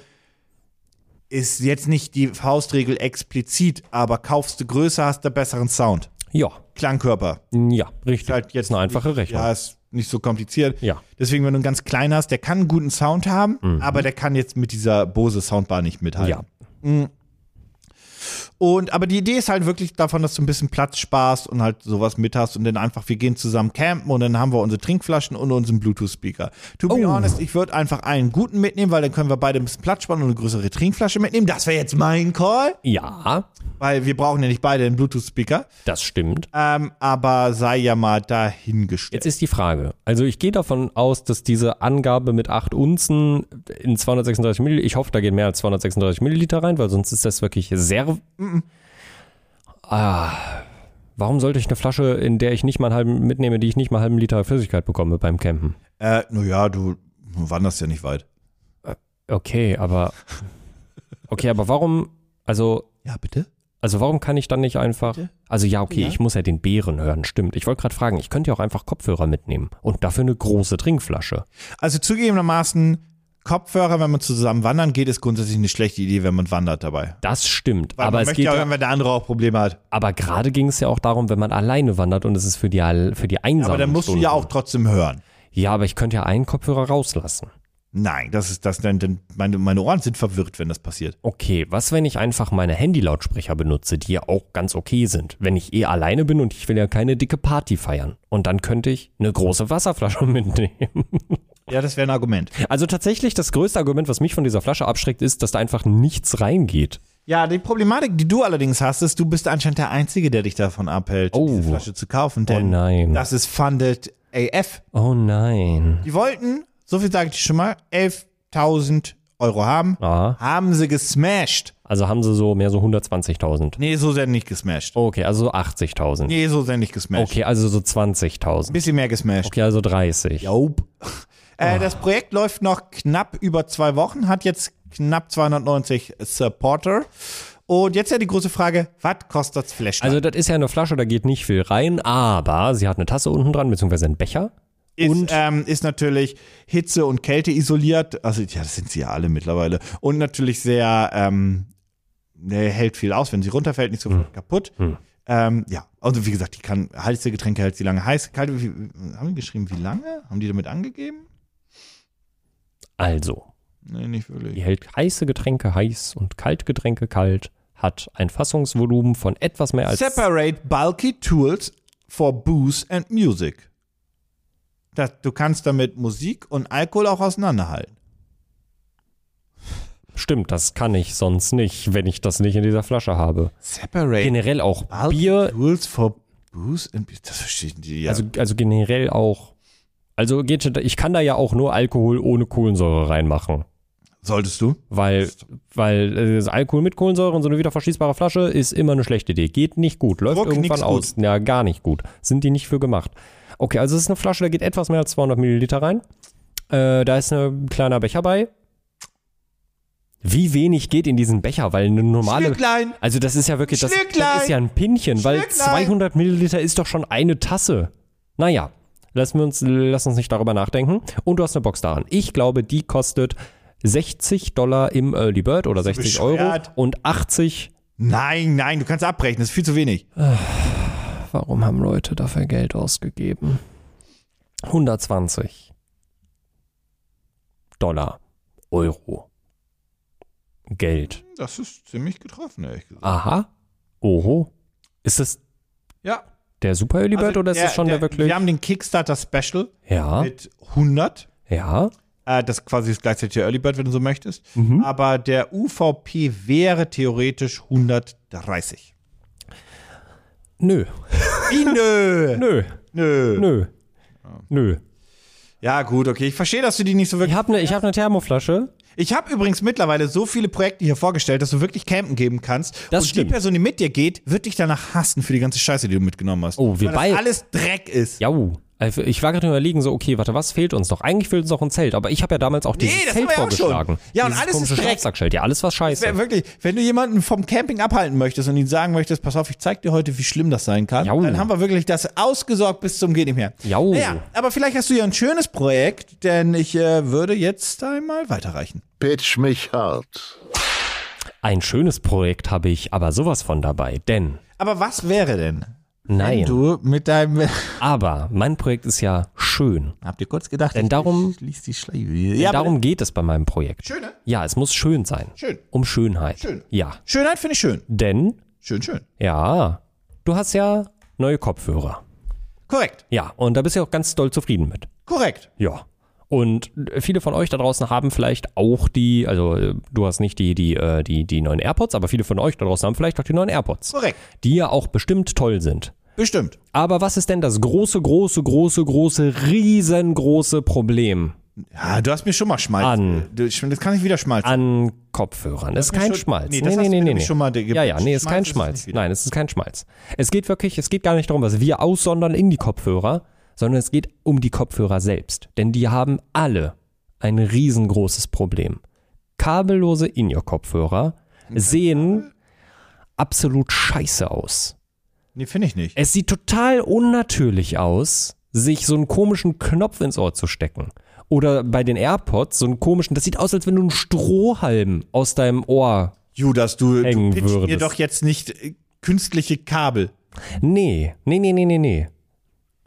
C: ist jetzt nicht die Faustregel explizit, aber kaufst du größer, hast du besseren Sound.
B: Ja,
C: Klangkörper.
B: ja, richtig.
C: Ist halt jetzt
B: eine einfache
C: nicht,
B: Rechnung.
C: Ja, ist nicht so kompliziert.
B: Ja. Mhm.
C: Deswegen, wenn du einen ganz kleinen hast, der kann einen guten Sound haben, aber der kann jetzt mit dieser Bose Soundbar nicht mithalten.
B: ja.
C: Und aber die Idee ist halt wirklich davon, dass du ein bisschen Platz sparst und halt sowas mit hast und dann einfach, wir gehen zusammen campen und dann haben wir unsere Trinkflaschen und unseren Bluetooth-Speaker. To be
B: Oh.
C: honest, ich würde einfach einen guten mitnehmen, weil dann können wir beide ein bisschen Platz sparen und eine größere Trinkflasche mitnehmen. Das wäre jetzt mein Call,
B: Ja,
C: weil wir brauchen ja nicht beide einen Bluetooth-Speaker.
B: das stimmt.
C: Ähm, aber sei ja mal
B: Jetzt
C: dahingestellt.
B: ist die Frage. Also ich gehe davon aus, dass diese Angabe mit 8 Unzen in 236 Milliliter, ich hoffe, da gehen mehr als 236 Milliliter rein, weil sonst ist das wirklich sehr... Ah, warum sollte ich eine Flasche, in der ich nicht mal einen halben mitnehme, die ich nicht mal einen halben Liter Flüssigkeit bekomme beim Campen?
C: Äh, naja, du wanderst ja nicht weit.
B: Okay, aber... Okay, aber warum... Also
C: Ja, bitte?
B: Also warum kann ich dann nicht einfach. Also ja, okay, ich muss ja den Bären hören, stimmt. Ich wollte gerade fragen, ich könnte ja auch einfach Kopfhörer mitnehmen und dafür eine große Trinkflasche.
C: Also zugegebenermaßen, Kopfhörer, wenn man zusammen wandern geht, ist grundsätzlich eine schlechte Idee, wenn man wandert dabei.
B: Das stimmt.
C: Weil
B: aber
C: man
B: es
C: möchte
B: geht
C: ja,
B: ja,
C: hören, wenn der andere auch Probleme hat.
B: aber gerade ging es ja auch darum, wenn man alleine wandert und es ist für die all- für die einsame
C: Aber dann musst du ja auch trotzdem hören.
B: Ja, aber ich könnte ja einen Kopfhörer rauslassen.
C: Nein, das ist das, denn, denn meine, meine Ohren sind verwirrt, wenn das passiert.
B: Okay, was wenn ich einfach meine Handylautsprecher benutze, die ja auch ganz okay sind, wenn ich eh alleine bin und ich will ja keine dicke Party feiern und dann könnte ich eine große Wasserflasche mitnehmen.
C: Ja, das wäre ein Argument.
B: Also tatsächlich das größte Argument, was mich von dieser Flasche abschreckt, ist, dass da einfach nichts reingeht.
C: Ja, die Problematik, die du allerdings hast, ist, du bist anscheinend der Einzige, der dich davon abhält,
B: Oh.
C: diese Flasche zu kaufen. Denn
B: nein.
C: das ist funded AF.
B: Oh nein.
C: Die wollten, so viel sage ich schon mal, 11.000 Euro haben.
B: Ah,
C: Haben sie gesmashed.
B: also haben sie so mehr so 120.000.
C: Nee, so sehr nicht gesmashed.
B: Okay, also so 80.000.
C: Nee, so sehr nicht gesmashed.
B: Okay, also so 20.000.
C: Bisschen mehr gesmashed.
B: Okay, Ah. also 30.
C: Nope. Äh, das Projekt läuft noch knapp über zwei Wochen, hat jetzt knapp 290 Supporter. Und jetzt ja die große Frage, was kostet das Flash?
B: Also das ist ja eine Flasche, da geht nicht viel rein, aber sie hat eine Tasse unten dran, beziehungsweise einen Becher.
C: ist,
B: und-
C: ähm, ist natürlich Hitze und Kälte isoliert. Also ja, das sind sie ja alle mittlerweile. Und natürlich sehr, ähm, ne, hält viel aus, wenn sie runterfällt, nicht
B: Hm.
C: sofort kaputt. Ähm, ja, also wie gesagt, die kann heiße Getränke hält sie lange. Heiß, kalte, wie, haben die geschrieben, wie lange? Haben die damit angegeben?
B: Also,
C: Nee, nicht wirklich.
B: Die hält heiße Getränke heiß und Kaltgetränke kalt, hat ein Fassungsvolumen von etwas mehr als.
C: Separate bulky tools for booze and music. Das, du kannst damit Musik und Alkohol auch auseinanderhalten.
B: Stimmt, das kann ich sonst nicht, wenn ich das nicht in dieser Flasche habe.
C: Separate
B: Generell auch
C: bulky
B: Bier,
C: tools for booze and music. Das verstehen die ja.
B: also, also generell auch. Also geht, schon- ich kann da ja auch nur Alkohol ohne Kohlensäure reinmachen.
C: Solltest du?
B: Weil, weil äh, das Alkohol mit Kohlensäure und so eine wiederverschließbare Flasche ist immer eine schlechte Idee. Geht nicht gut, läuft
C: Druck, nix
B: irgendwann
C: gut.
B: aus. Ja, gar nicht gut. Sind die nicht für gemacht. Okay, also es ist eine Flasche, da geht etwas mehr als 200 Milliliter rein. Äh, da ist ein kleiner Becher bei. Wie wenig geht in diesen Becher? Weil eine normale...
C: Schlücklein.
B: Also das ist ja wirklich... Das,
C: Schlücklein.
B: das ist ja ein Pinchen, weil
C: Schlücklein.
B: 200 Milliliter ist doch schon eine Tasse. Naja, lassen wir uns, lass uns nicht darüber nachdenken. Und du hast eine Box da an. Ich glaube, die kostet 60 Dollar im Early Bird oder 60 Euro
C: bescheuert.
B: und 80.
C: Nein, nein, du kannst abbrechen, das ist viel zu wenig.
B: Warum haben Leute dafür Geld ausgegeben? 120 Dollar, Euro, Geld.
C: Das ist ziemlich getroffen, ehrlich gesagt.
B: Aha, oho. Ist das
C: Ja.
B: der Super Early Bird oder ist
C: Also der-
B: es schon der, wirklich?
C: Wir haben den Kickstarter Special
B: Ja,
C: mit 100.
B: ja.
C: Äh, das quasi ist gleichzeitig der Early Bird, wenn du so möchtest.
B: Mhm.
C: Aber der UVP wäre theoretisch 130.
B: Nö,
C: Wie nö.
B: nö,
C: nö.
B: nö, nö.
C: Ja, gut, okay. Ich verstehe, dass du die nicht so
B: Ich
C: wirklich.
B: habe eine hab ne Thermoflasche.
C: Ich habe übrigens mittlerweile so viele Projekte hier vorgestellt, dass du wirklich campen geben kannst.
B: Das
C: und
B: stimmt.
C: die Person, die mit dir geht, wird dich danach hassen für die ganze Scheiße, die du mitgenommen hast.
B: Oh, wir
C: Weil
B: beide-
C: das alles Dreck ist.
B: Jau. Also Ich war gerade überlegen, so, okay, warte, was fehlt uns noch? Eigentlich fehlt uns noch ein Zelt, aber ich habe ja damals auch dieses
C: Nee, das
B: Zelt
C: haben wir auch schon.
B: vorgeschlagen.
C: Ja, und
B: dieses
C: alles ist
B: komische
C: Dreck.
B: Schlafsackzelt. Ja, alles war scheiße.
C: Wer- Wirklich, wenn du jemanden vom Camping abhalten möchtest und ihn sagen möchtest, pass auf, ich zeig dir heute, wie schlimm das sein kann,
B: Jau.
C: dann haben wir wirklich das ausgesorgt bis zum Geht nicht mehr.
B: Jau.
C: Naja, aber vielleicht hast du ja ein schönes Projekt, denn ich äh, würde jetzt einmal weiterreichen.
A: Pitch mich hart.
B: Ein schönes Projekt habe ich aber sowas von dabei, denn,
C: Aber was wäre denn, wenn
B: nein,
C: du mit deinem.
B: aber mein Projekt ist ja schön.
C: Habt ihr kurz gedacht,
B: Denn
C: ich
B: darum-
C: schließ die Schleife. Ja, aber-
B: Darum geht es bei meinem Projekt.
C: Schön, ne?
B: Ja, es muss schön sein.
C: Schön.
B: Um Schönheit.
C: Schön.
B: Ja,
C: Schönheit finde ich schön.
B: denn,
C: Schön, schön.
B: ja, du hast ja neue Kopfhörer.
C: Korrekt,
B: Ja, und da bist du ja auch ganz doll zufrieden mit.
C: korrekt.
B: Ja. Und äh, viele von euch da draußen haben vielleicht auch die, also äh, du hast nicht die, die, äh, die, die neuen AirPods, aber viele von euch da draußen haben vielleicht auch die neuen AirPods.
C: Korrekt.
B: Die ja auch bestimmt toll sind.
C: Bestimmt.
B: Aber was ist denn das große, große, große, große, riesengroße Problem
C: Ja, du hast mir schon mal Schmalz.
B: An.
C: Du, ich- das kann ich wieder schmalzen.
B: an Kopfhörern? Es ist kein
C: schon-
B: Schmalz.
C: nee, das hast du mir nämlich schon mal ge-
B: ja, ja, nee, ist
C: Schmalz
B: kein
C: ist es
B: Schmalz.
C: nicht wieder.
B: Nein, es ist kein Schmalz. Es geht wirklich, es geht gar nicht darum, was wir aussondern in die Kopfhörer, sondern es geht um die Kopfhörer selbst. Denn die haben alle ein riesengroßes Problem. kabellose In-Ear-Kopfhörer sehen absolut scheiße aus.
C: Nee, finde ich nicht.
B: Es sieht total unnatürlich aus, sich so einen komischen Knopf ins Ohr zu stecken. Oder bei den AirPods so einen komischen, das sieht aus, als wenn du einen Strohhalm aus deinem Ohr.
C: Judas, du, du
B: Hängen
C: pitcht mir
B: würdest.
C: doch jetzt nicht äh, künstliche Kabel.
B: Nee, nee, nee, nee, nee, nee.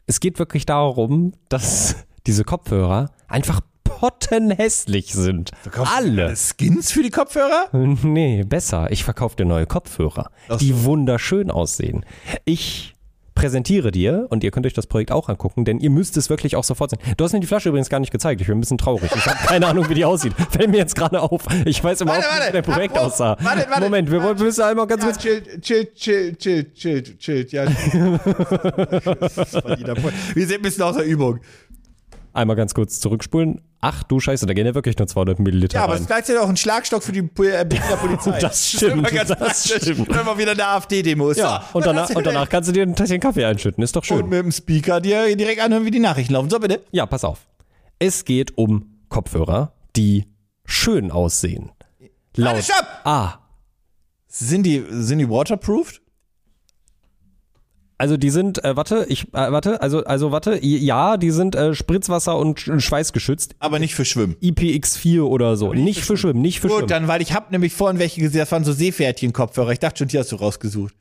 B: Es geht wirklich darum, dass diese Kopfhörer einfach pottenhässlich sind. Alle.
C: Skins für die Kopfhörer?
B: Nee, besser. Ich verkaufe dir neue Kopfhörer, die wunderschön aussehen. Ich präsentiere dir, und ihr könnt euch das Projekt auch angucken, denn ihr müsst es wirklich auch sofort sehen. Du hast mir die Flasche übrigens gar nicht gezeigt. Ich bin ein bisschen traurig. Ich habe keine Ahnung, wie die aussieht. Fällt mir jetzt gerade auf. Ich weiß überhaupt
C: Warte,
B: nicht, wie
C: warte,
B: der Projekt
C: Abbruch.
B: aussah.
C: Warte, warte.
B: Moment, wir wollen wir müssen einmal ganz
C: Ja,
B: kurz.
C: chill, chill, chill, chill, chill, chill, ja. Das war jeder Punkt. Wir sind ein bisschen außer Übung.
B: Einmal ganz kurz zurückspulen. Ach du Scheiße, da gehen ja wirklich nur 200 Milliliter
C: Ja, aber es ist
B: rein.
C: gleichzeitig auch ein Schlagstock für die Pu- äh, Berliner Polizei.
B: Das stimmt,
C: immer ganz
B: das
C: praktisch,
B: stimmt.
C: Wenn mal wieder eine AfD-Demo ist.
B: Ja,
C: So,
B: und
C: dann
B: danach,
C: hast du
B: und danach
C: direkt-
B: kannst du dir ein Tässchen Kaffee einschütten. Ist doch schön.
C: Und mit dem Speaker dir direkt anhören, wie die Nachrichten laufen. So, bitte.
B: Ja, pass auf. Es geht um Kopfhörer, die schön aussehen. Laut.
C: stopp!
B: Ah,
C: Sind die, sind die waterproofed?
B: also die sind, äh, warte, ich, äh, warte, also, also warte, i- ja, die sind äh, Spritzwasser und Sch- Schweiß geschützt.
C: Aber nicht für Schwimmen.
B: IPX4 oder so. Nicht, für Schwimmen, nicht für
C: Gut,
B: Schwimmen.
C: dann, weil ich habe nämlich vorhin welche gesehen, das waren so Seepferdchen-Kopfhörer. Ich dachte schon, die hast du rausgesucht.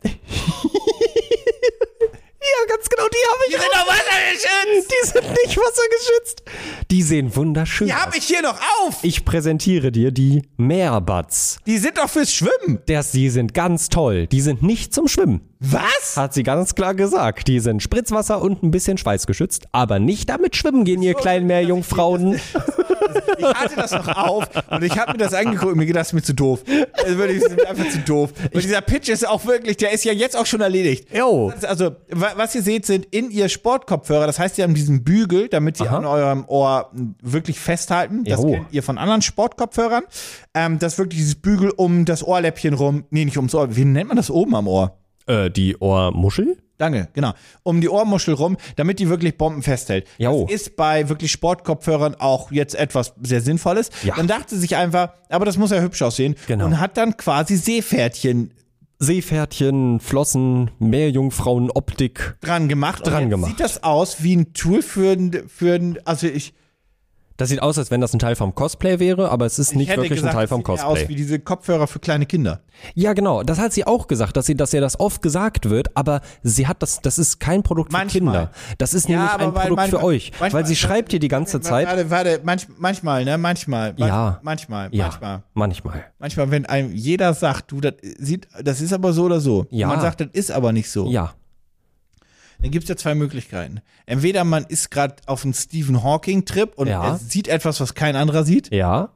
B: Ja, ganz genau, die habe ich. Die sind auch wassergeschützt. Die sind nicht wassergeschützt. Die sehen wunderschön
C: Die
B: aus.
C: habe ich hier noch auf.
B: Ich präsentiere dir die Meerbuds.
C: Die sind doch fürs Schwimmen.
B: Das, die sind ganz toll. Die sind nicht zum Schwimmen.
C: Was?
B: Hat sie ganz klar gesagt. Die sind Spritzwasser und ein bisschen Schweiß geschützt, aber nicht damit schwimmen gehen, ihr kleinen Meerjungfrauen.
C: Ich hatte das noch auf und ich habe mir das angeguckt und mir gedacht, das ist mir zu doof. Also wirklich, das ist mir einfach zu doof. Und dieser Pitch ist auch wirklich, der ist ja jetzt auch schon erledigt.
B: Jo.
C: Also, wa- was ihr seht, sind in ihr Sportkopfhörer. Das heißt, ihr habt diesen Bügel, damit sie an eurem Ohr m, wirklich festhalten. Das
B: Jo.
C: kennt ihr von anderen Sportkopfhörern. Ähm, das ist wirklich dieses Bügel um das Ohrläppchen rum. Nee, nicht ums Ohr. Wie nennt man das oben am Ohr?
B: Äh, die Ohrmuschel?
C: Danke, genau. Um die Ohrmuschel rum, damit die wirklich Bomben festhält.
B: Jo.
C: Das ist bei wirklich Sportkopfhörern auch jetzt etwas sehr Sinnvolles.
B: Ja.
C: Man dachte sich einfach, aber das muss ja hübsch aussehen.
B: Genau.
C: Und hat dann quasi Seepferdchen
B: Seepferdchen, Flossen, Meerjungfrauen, Optik.
C: dran gemacht.
B: Dran
C: und jetzt
B: gemacht.
C: Sieht das aus wie ein Tool für ein, für ein also ich,
B: Das sieht aus, als wenn das ein Teil vom Cosplay wäre, aber es ist
C: ich
B: nicht
C: hätte
B: wirklich
C: gesagt,
B: ein Teil
C: das
B: vom
C: sieht eher aus wie
B: Cosplay.
C: diese Kopfhörer für kleine Kinder.
B: Ja, genau. Das hat sie auch gesagt, dass sie, dass ihr das oft gesagt wird, aber sie hat das, das ist kein Produkt für
C: Manchmal.
B: Kinder. Das ist nämlich ein
C: weil
B: Produkt für
C: manchmal-
B: euch. Weil
C: manchmal-
B: sie schreibt dir die ganze Zeit.
C: Warte, warte, manch, manchmal, ne? Manchmal. manch-
B: Ja.
C: Manchmal,
B: Ja,
C: manchmal.
B: manchmal.
C: Manchmal, wenn einem jeder sagt, du, das sieht, das ist aber so oder so.
B: Ja.
C: Und man sagt, das ist aber nicht so.
B: Ja.
C: Dann gibt es ja zwei Möglichkeiten. Entweder man ist gerade auf einem Stephen Hawking-Trip und
B: Ja.
C: er sieht etwas, was kein anderer sieht,
B: Ja.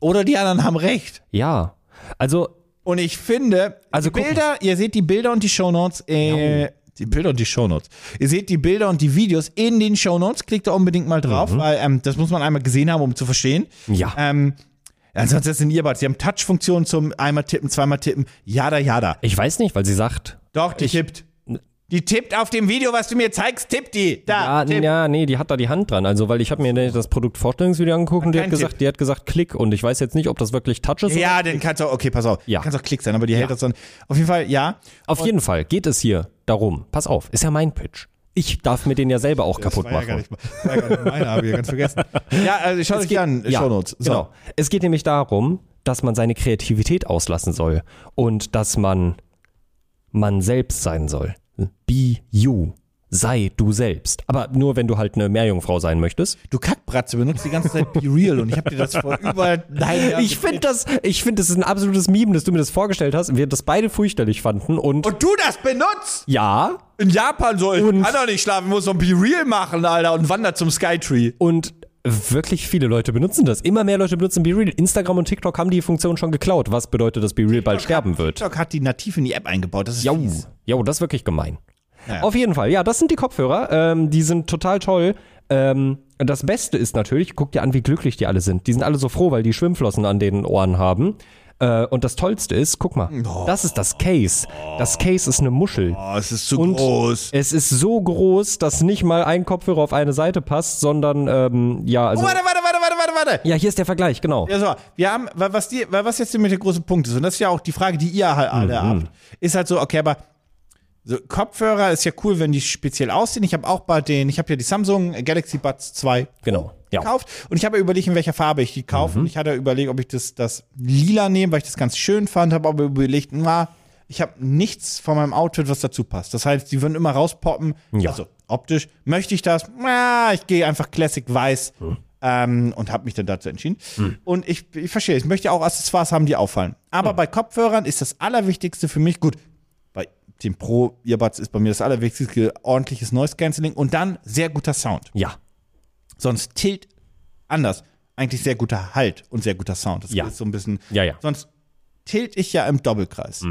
C: oder die anderen haben recht.
B: Ja. Also,
C: Und ich finde,
B: Also
C: die
B: gucken.
C: Bilder, ihr seht die Bilder und die Shownotes, äh, die Bilder und die Shownotes. Ihr seht die Bilder und die Videos in den Shownotes, klickt da unbedingt mal drauf, weil ähm, das muss man einmal gesehen haben, um zu verstehen.
B: Ja.
C: Ähm, ansonsten das sind Earbuds. Sie haben Touch-Funktionen zum einmal tippen, zweimal tippen, jada, jada.
B: ich weiß nicht, weil sie sagt,
C: Doch, die tippt. Die tippt auf dem Video, was du mir zeigst, tippt die. Da,
B: Ja,
C: tippt.
B: ja, nee, die hat da die Hand dran. Also, weil ich habe mir das Produktvorstellungsvideo angeguckt und die hat
C: keinen
B: gesagt,
C: Tipp.
B: die hat gesagt Klick und ich weiß jetzt nicht, ob das wirklich Touch ist.
C: Ja, dann kannst du auch, okay, pass auf.
B: Ja.
C: Ja. Kannst auch Klick sein, aber die hält das dann. Auf jeden Fall, ja.
B: Auf jeden Fall geht es hier darum. Pass auf, ist ja mein Pitch. Ich darf mir den ja selber auch kaputt machen.
C: war ja gar nicht meine, habe ich ja ganz vergessen. Ja, also schaut euch die an,
B: Ja,
C: Shownotes. So.
B: Genau. Es geht nämlich darum, dass man seine Kreativität auslassen soll und dass man man selbst sein soll. Be you. Sei du selbst. Aber nur, wenn du halt eine Meerjungfrau sein möchtest.
C: Du Kackbratze benutzt die ganze Zeit Be Real und ich habe dir das vor über nein Jahren
B: Ich finde das, ich finde, das ist ein absolutes Meme, dass du mir das vorgestellt hast. Wir das beide fürchterlich fanden und,
C: Und du das benutzt!
B: ja,
C: In Japan soll ich
B: Und-
C: kann doch nicht schlafen, ich muss noch Be Real machen, Alter, und wandert zum Skytree.
B: und wirklich viele Leute benutzen das. Immer mehr Leute benutzen BeReal. Instagram und TikTok haben die Funktion schon geklaut. Was bedeutet, dass BeReal bald sterben wird?
C: TikTok hat die nativ in die App eingebaut, das ist
B: Jau,
C: fies.
B: jau, das ist wirklich gemein.
C: Naja.
B: Auf jeden Fall, ja, das sind die Kopfhörer. Ähm, die sind total toll. Ähm, das Beste ist natürlich, guck dir an, wie glücklich die alle sind. Die sind alle so froh, weil die Schwimmflossen an den Ohren haben. Äh, und das Tollste ist, guck mal, das ist das Case. Das Case ist eine Muschel.
C: Oh, es ist zu
B: Und
C: groß.
B: es ist so groß, dass nicht mal ein Kopfhörer auf eine Seite passt, sondern ähm, ja, also.
C: Oh, warte, warte, warte, warte, warte, warte.
B: ja, hier ist der Vergleich, genau.
C: Ja, so, wir haben, wa- was, die, wa- was jetzt nämlich der große Punkt ist, und das ist ja auch die Frage, die ihr halt alle habt, ist halt so, okay, aber so Kopfhörer ist ja cool, wenn die speziell aussehen. Ich habe auch bei den, ich habe ja die Samsung Galaxy Buds 2
B: Genau, ja. Mhm.
C: gekauft und ich habe ja überlegt, in welcher Farbe ich die kaufe. Und ich hatte überlegt, ob ich das, das lila nehme, weil ich das ganz schön fand, habe aber überlegt, na, ich habe nichts von meinem Outfit, was dazu passt. Das heißt, die würden immer rauspoppen.
B: Ja.
C: Also optisch möchte ich das. Na, ich gehe einfach Classic Weiß
B: Mhm.
C: ähm, und habe mich dann dazu entschieden. Und ich, ich verstehe, ich möchte auch Accessoires haben, die auffallen. Aber bei Kopfhörern ist das Allerwichtigste für mich, gut, bei, den Pro Earbuds ist bei mir das allerwichtigste, ordentliches Noise Cancelling und dann sehr guter Sound.
B: Ja.
C: Sonst tilt anders. Eigentlich sehr guter Halt und sehr guter Sound. Das
B: Ja.
C: ist so ein bisschen.
B: Ja, ja.
C: Sonst tilt ich ja im Doppelkreis.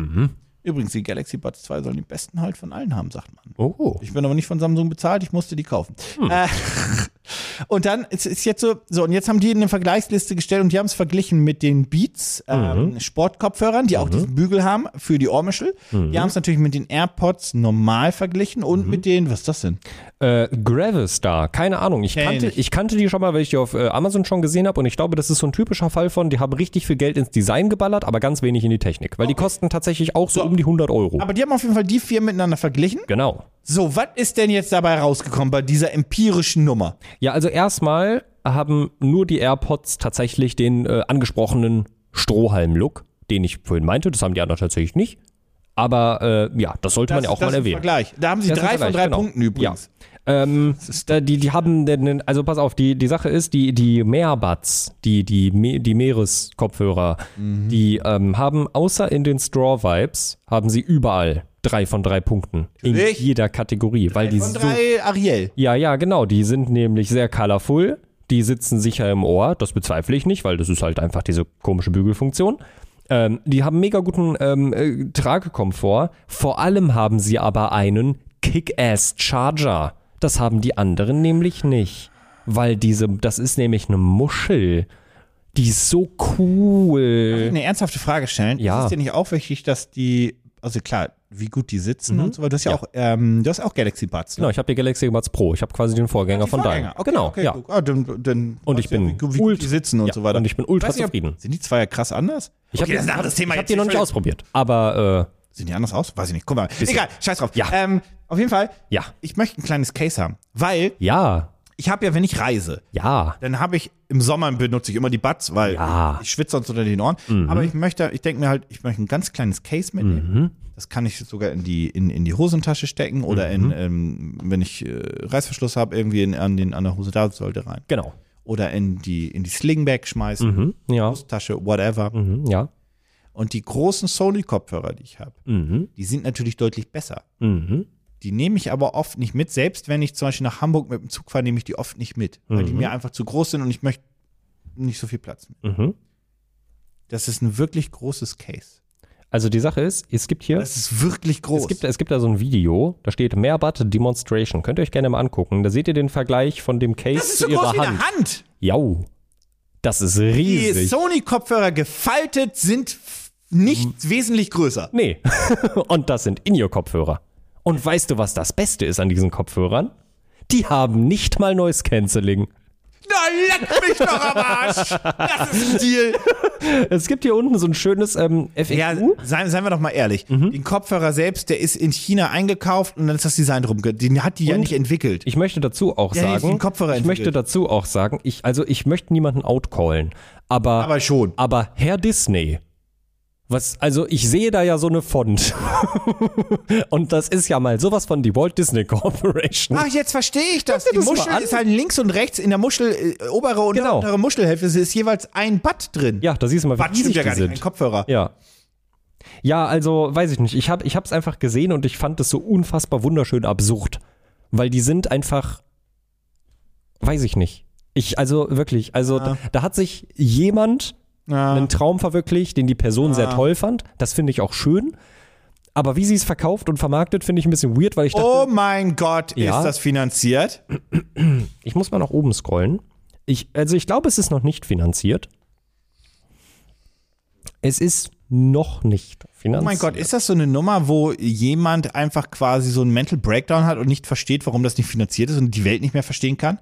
C: Übrigens, die Galaxy Buds 2 sollen den besten Halt von allen haben, sagt man.
B: Oh.
C: Ich bin aber nicht von Samsung bezahlt, ich musste die kaufen. Äh, und dann ist, ist jetzt so, so, und jetzt haben die eine Vergleichsliste gestellt und die haben es verglichen mit den Beats, ähm, Sportkopfhörern, die auch diesen Bügel haben für die Ohrmuschel. Die haben es natürlich mit den AirPods normal verglichen und mit den, was ist das denn?
B: Äh, Gravistar, keine Ahnung. Ich
C: Kenn
B: kannte,
C: ich.
B: ich kannte die schon mal, weil ich die auf äh, Amazon schon gesehen habe und ich glaube, das ist so ein typischer Fall von, die haben richtig viel Geld ins Design geballert, aber ganz wenig in die Technik, weil die kosten tatsächlich auch so, um die 100 Euro.
C: Aber die haben auf jeden Fall die vier miteinander verglichen.
B: genau.
C: So, was ist denn jetzt dabei rausgekommen bei dieser empirischen Nummer?
B: Ja, also erstmal haben nur die AirPods tatsächlich den äh, angesprochenen Strohhalm-Look, den ich vorhin meinte. Das haben die anderen tatsächlich nicht. Aber äh, ja, das sollte man ja auch
C: das
B: mal
C: ist ein
B: erwähnen.
C: Vergleich. Da haben sie
B: Das ist ein
C: drei von
B: Vergleich,
C: drei
B: genau.
C: Punkten übrigens.
B: Ähm, da, die, die haben, den- den- also pass auf, die, die Sache ist, die, die Meerbuds, die, die, Me- die Meereskopfhörer,
C: Mhm.
B: die ähm, haben außer in den Straw Vibes, haben sie überall drei von drei Punkten. In
C: Natürlich.
B: jeder Kategorie, weil die
C: Von
B: so
C: drei Ariel.
B: ja, ja, genau. Die sind nämlich sehr colorful. Die sitzen sicher im Ohr. Das bezweifle ich nicht, weil das ist halt einfach diese komische Bügelfunktion. Ähm, die haben mega guten ähm, äh, Tragekomfort. Vor allem haben sie aber einen Kick-Ass-Charger. Das haben die anderen nämlich nicht. Weil diese, das ist nämlich eine Muschel. Die ist so cool.
C: eine ernsthafte Frage stellen.
B: Ja.
C: Ist es dir nicht auch wichtig, dass die, also klar, wie gut die sitzen und so, weil du hast ja,
B: Mhm. Ja.
C: auch, ähm, du hast auch Galaxy Buds. Ne?
B: Genau, ich habe die Galaxy Buds Pro. Ich habe quasi den Vorgänger von deinem.
C: Okay,
B: genau,
C: okay,
B: ja.
C: guck. Ah, dann, dann
B: Und
C: weißt
B: ich
C: du ja,
B: bin
C: wie, gut- wie
B: ult-
C: gut die sitzen und
B: ja,
C: so weiter.
B: und ich bin ultra
C: Weiß nicht, ob-
B: zufrieden.
C: Sind die zwei ja krass anders?
B: Ich habe
C: Okay, das ist ein anderes Thema
B: ich hab
C: jetzt.
B: die noch
C: Ich
B: nicht
C: will-
B: ausprobiert. Aber äh,
C: Sind die anders aus? Weiß ich nicht. Guck mal. Egal, scheiß drauf.
B: Ja.
C: Ähm, auf jeden Fall,
B: äh, ja,
C: ich möchte ein kleines Case haben, weil
B: ja,
C: ich habe ja, wenn ich reise,
B: ja.
C: dann habe ich im Sommer benutze ich immer die Buds, weil
B: Ja.
C: ich schwitze sonst unter den Ohren. Aber ich möchte, ich denke mir halt, ich möchte ein ganz kleines Case mitnehmen. Das kann ich sogar in die, in, in die Hosentasche stecken oder in, ähm, wenn ich äh, Reißverschluss habe, irgendwie in, an, den, an der Hose da sollte rein.
B: Genau.
C: Oder in die, in die Slingbag
B: Mhm.
C: schmeißen,
B: Ja.
C: Hosentasche, whatever.
B: Mhm, ja.
C: Und die großen Sony-Kopfhörer, die ich habe,
B: Mhm.
C: die sind natürlich deutlich besser.
B: Mhm.
C: Die nehme ich aber oft nicht mit. Selbst wenn ich zum Beispiel nach Hamburg mit dem Zug fahre, nehme ich die oft nicht mit, weil die mir einfach zu groß sind und ich möchte nicht so viel Platz.
B: Mhm.
C: Das ist ein wirklich großes Case.
B: Also die Sache ist, es gibt hier,
C: Das ist wirklich groß.
B: es gibt, es gibt da so ein Video, da steht Mehrbutt Demonstration. Könnt ihr euch gerne mal angucken. Da seht ihr den Vergleich von dem Case
C: das ist so
B: zu ihrer
C: groß wie
B: Hand.
C: eine Hand.
B: Jau. Das ist
C: Die
B: riesig.
C: Sony-Kopfhörer gefaltet sind f- nicht
B: Mhm.
C: wesentlich größer.
B: nee. Und das sind In-Ear-Kopfhörer. Und weißt du, was das Beste ist an diesen Kopfhörern? Die haben nicht mal Noise Cancelling.
C: Na, leck mich doch am Arsch. Das ist ein Deal.
B: Es gibt hier unten so ein schönes ähm, FAQ.
C: Ja, seien, seien wir doch mal ehrlich.
B: Mhm.
C: Den Kopfhörer selbst, der ist in China eingekauft und dann ist das Design drum. ge- Den hat die ja
B: Und-
C: nicht entwickelt.
B: Ich möchte dazu auch
C: Ja, die sind
B: sagen,
C: Kopfhörer
B: ich möchte
C: entwickelt.
B: dazu auch sagen, ich also ich möchte niemanden outcallen, aber
C: Aber schon.
B: aber Herr Disney, was also ich sehe da ja so eine Font und das ist ja mal sowas von die Walt Disney Corporation.
C: Ach, jetzt verstehe ich das.
B: Guck dir das
C: Die
B: mal
C: Muschel
B: an.
C: ist halt links und rechts in der Muschel, äh, obere und
B: Genau.
C: untere Muschelhälfte ist jeweils ein Bad drin.
B: Ja, da siehst du mal, wie
C: Bad stimmt
B: riesig
C: ja
B: die
C: gar nicht, ein
B: sind.
C: Kopfhörer.
B: Ja. Ja, also weiß ich nicht. Ich habe ich hab's einfach gesehen und ich fand es so unfassbar wunderschön absurd, weil die sind einfach weiß ich nicht. Ich also wirklich, also da, da hat sich jemand
C: Ja.
B: einen Traum verwirklicht, den die Person sehr toll fand. Das finde ich auch schön. Aber wie sie es verkauft und vermarktet, finde ich ein bisschen weird, weil ich dachte,
C: Oh mein Gott,
B: Ja.
C: ist das finanziert?
B: ich muss mal nach oben scrollen. Ich, also ich glaube, es ist noch nicht finanziert. Es ist noch nicht finanziert.
C: Oh mein Gott, ist das so eine Nummer, wo jemand einfach quasi so einen Mental Breakdown hat und nicht versteht, warum das nicht finanziert ist und die Welt nicht mehr verstehen kann?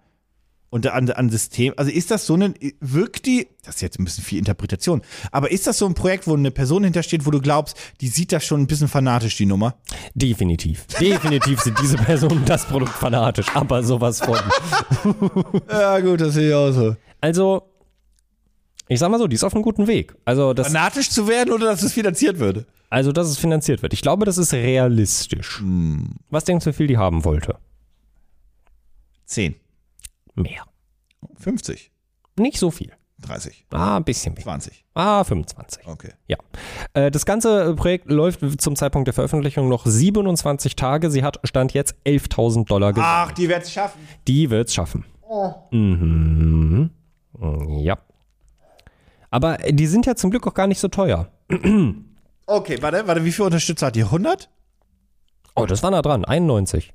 C: Und an, an System, also ist das so ein, wirkt die, das ist jetzt ein bisschen viel Interpretation, aber ist das so ein Projekt, wo eine Person hintersteht, wo du glaubst, die sieht das schon ein bisschen fanatisch, die Nummer?
B: Definitiv. Definitiv sind diese Personen das Produkt fanatisch, aber sowas von.
C: Ja, gut, das sehe ich auch so.
B: Also, ich sag mal so, die ist auf einem guten Weg. Also, das,
C: Fanatisch zu werden oder dass es finanziert würde?
B: also dass es finanziert wird. Ich glaube, das ist realistisch. Was denkst du, wie viel die haben wollte?
C: 10.
B: Mehr.
C: 50.
B: Nicht so viel.
C: 30,
B: Ah, ein bisschen mehr.
C: 20.
B: Ah, 25.
C: Okay.
B: Ja. Äh, Das ganze Projekt läuft zum Zeitpunkt der Veröffentlichung noch 27 Tage. Sie hat Stand jetzt 11.000 Dollar gesammelt.
C: Ach, die wird's schaffen.
B: Die wird's schaffen.
C: Oh.
B: Mhm. Ja. Aber äh, die sind ja zum Glück auch gar nicht so teuer.
C: Okay, warte, warte, wie viele Unterstützer hat die? 100?
B: Oh, das war nah dran. 91.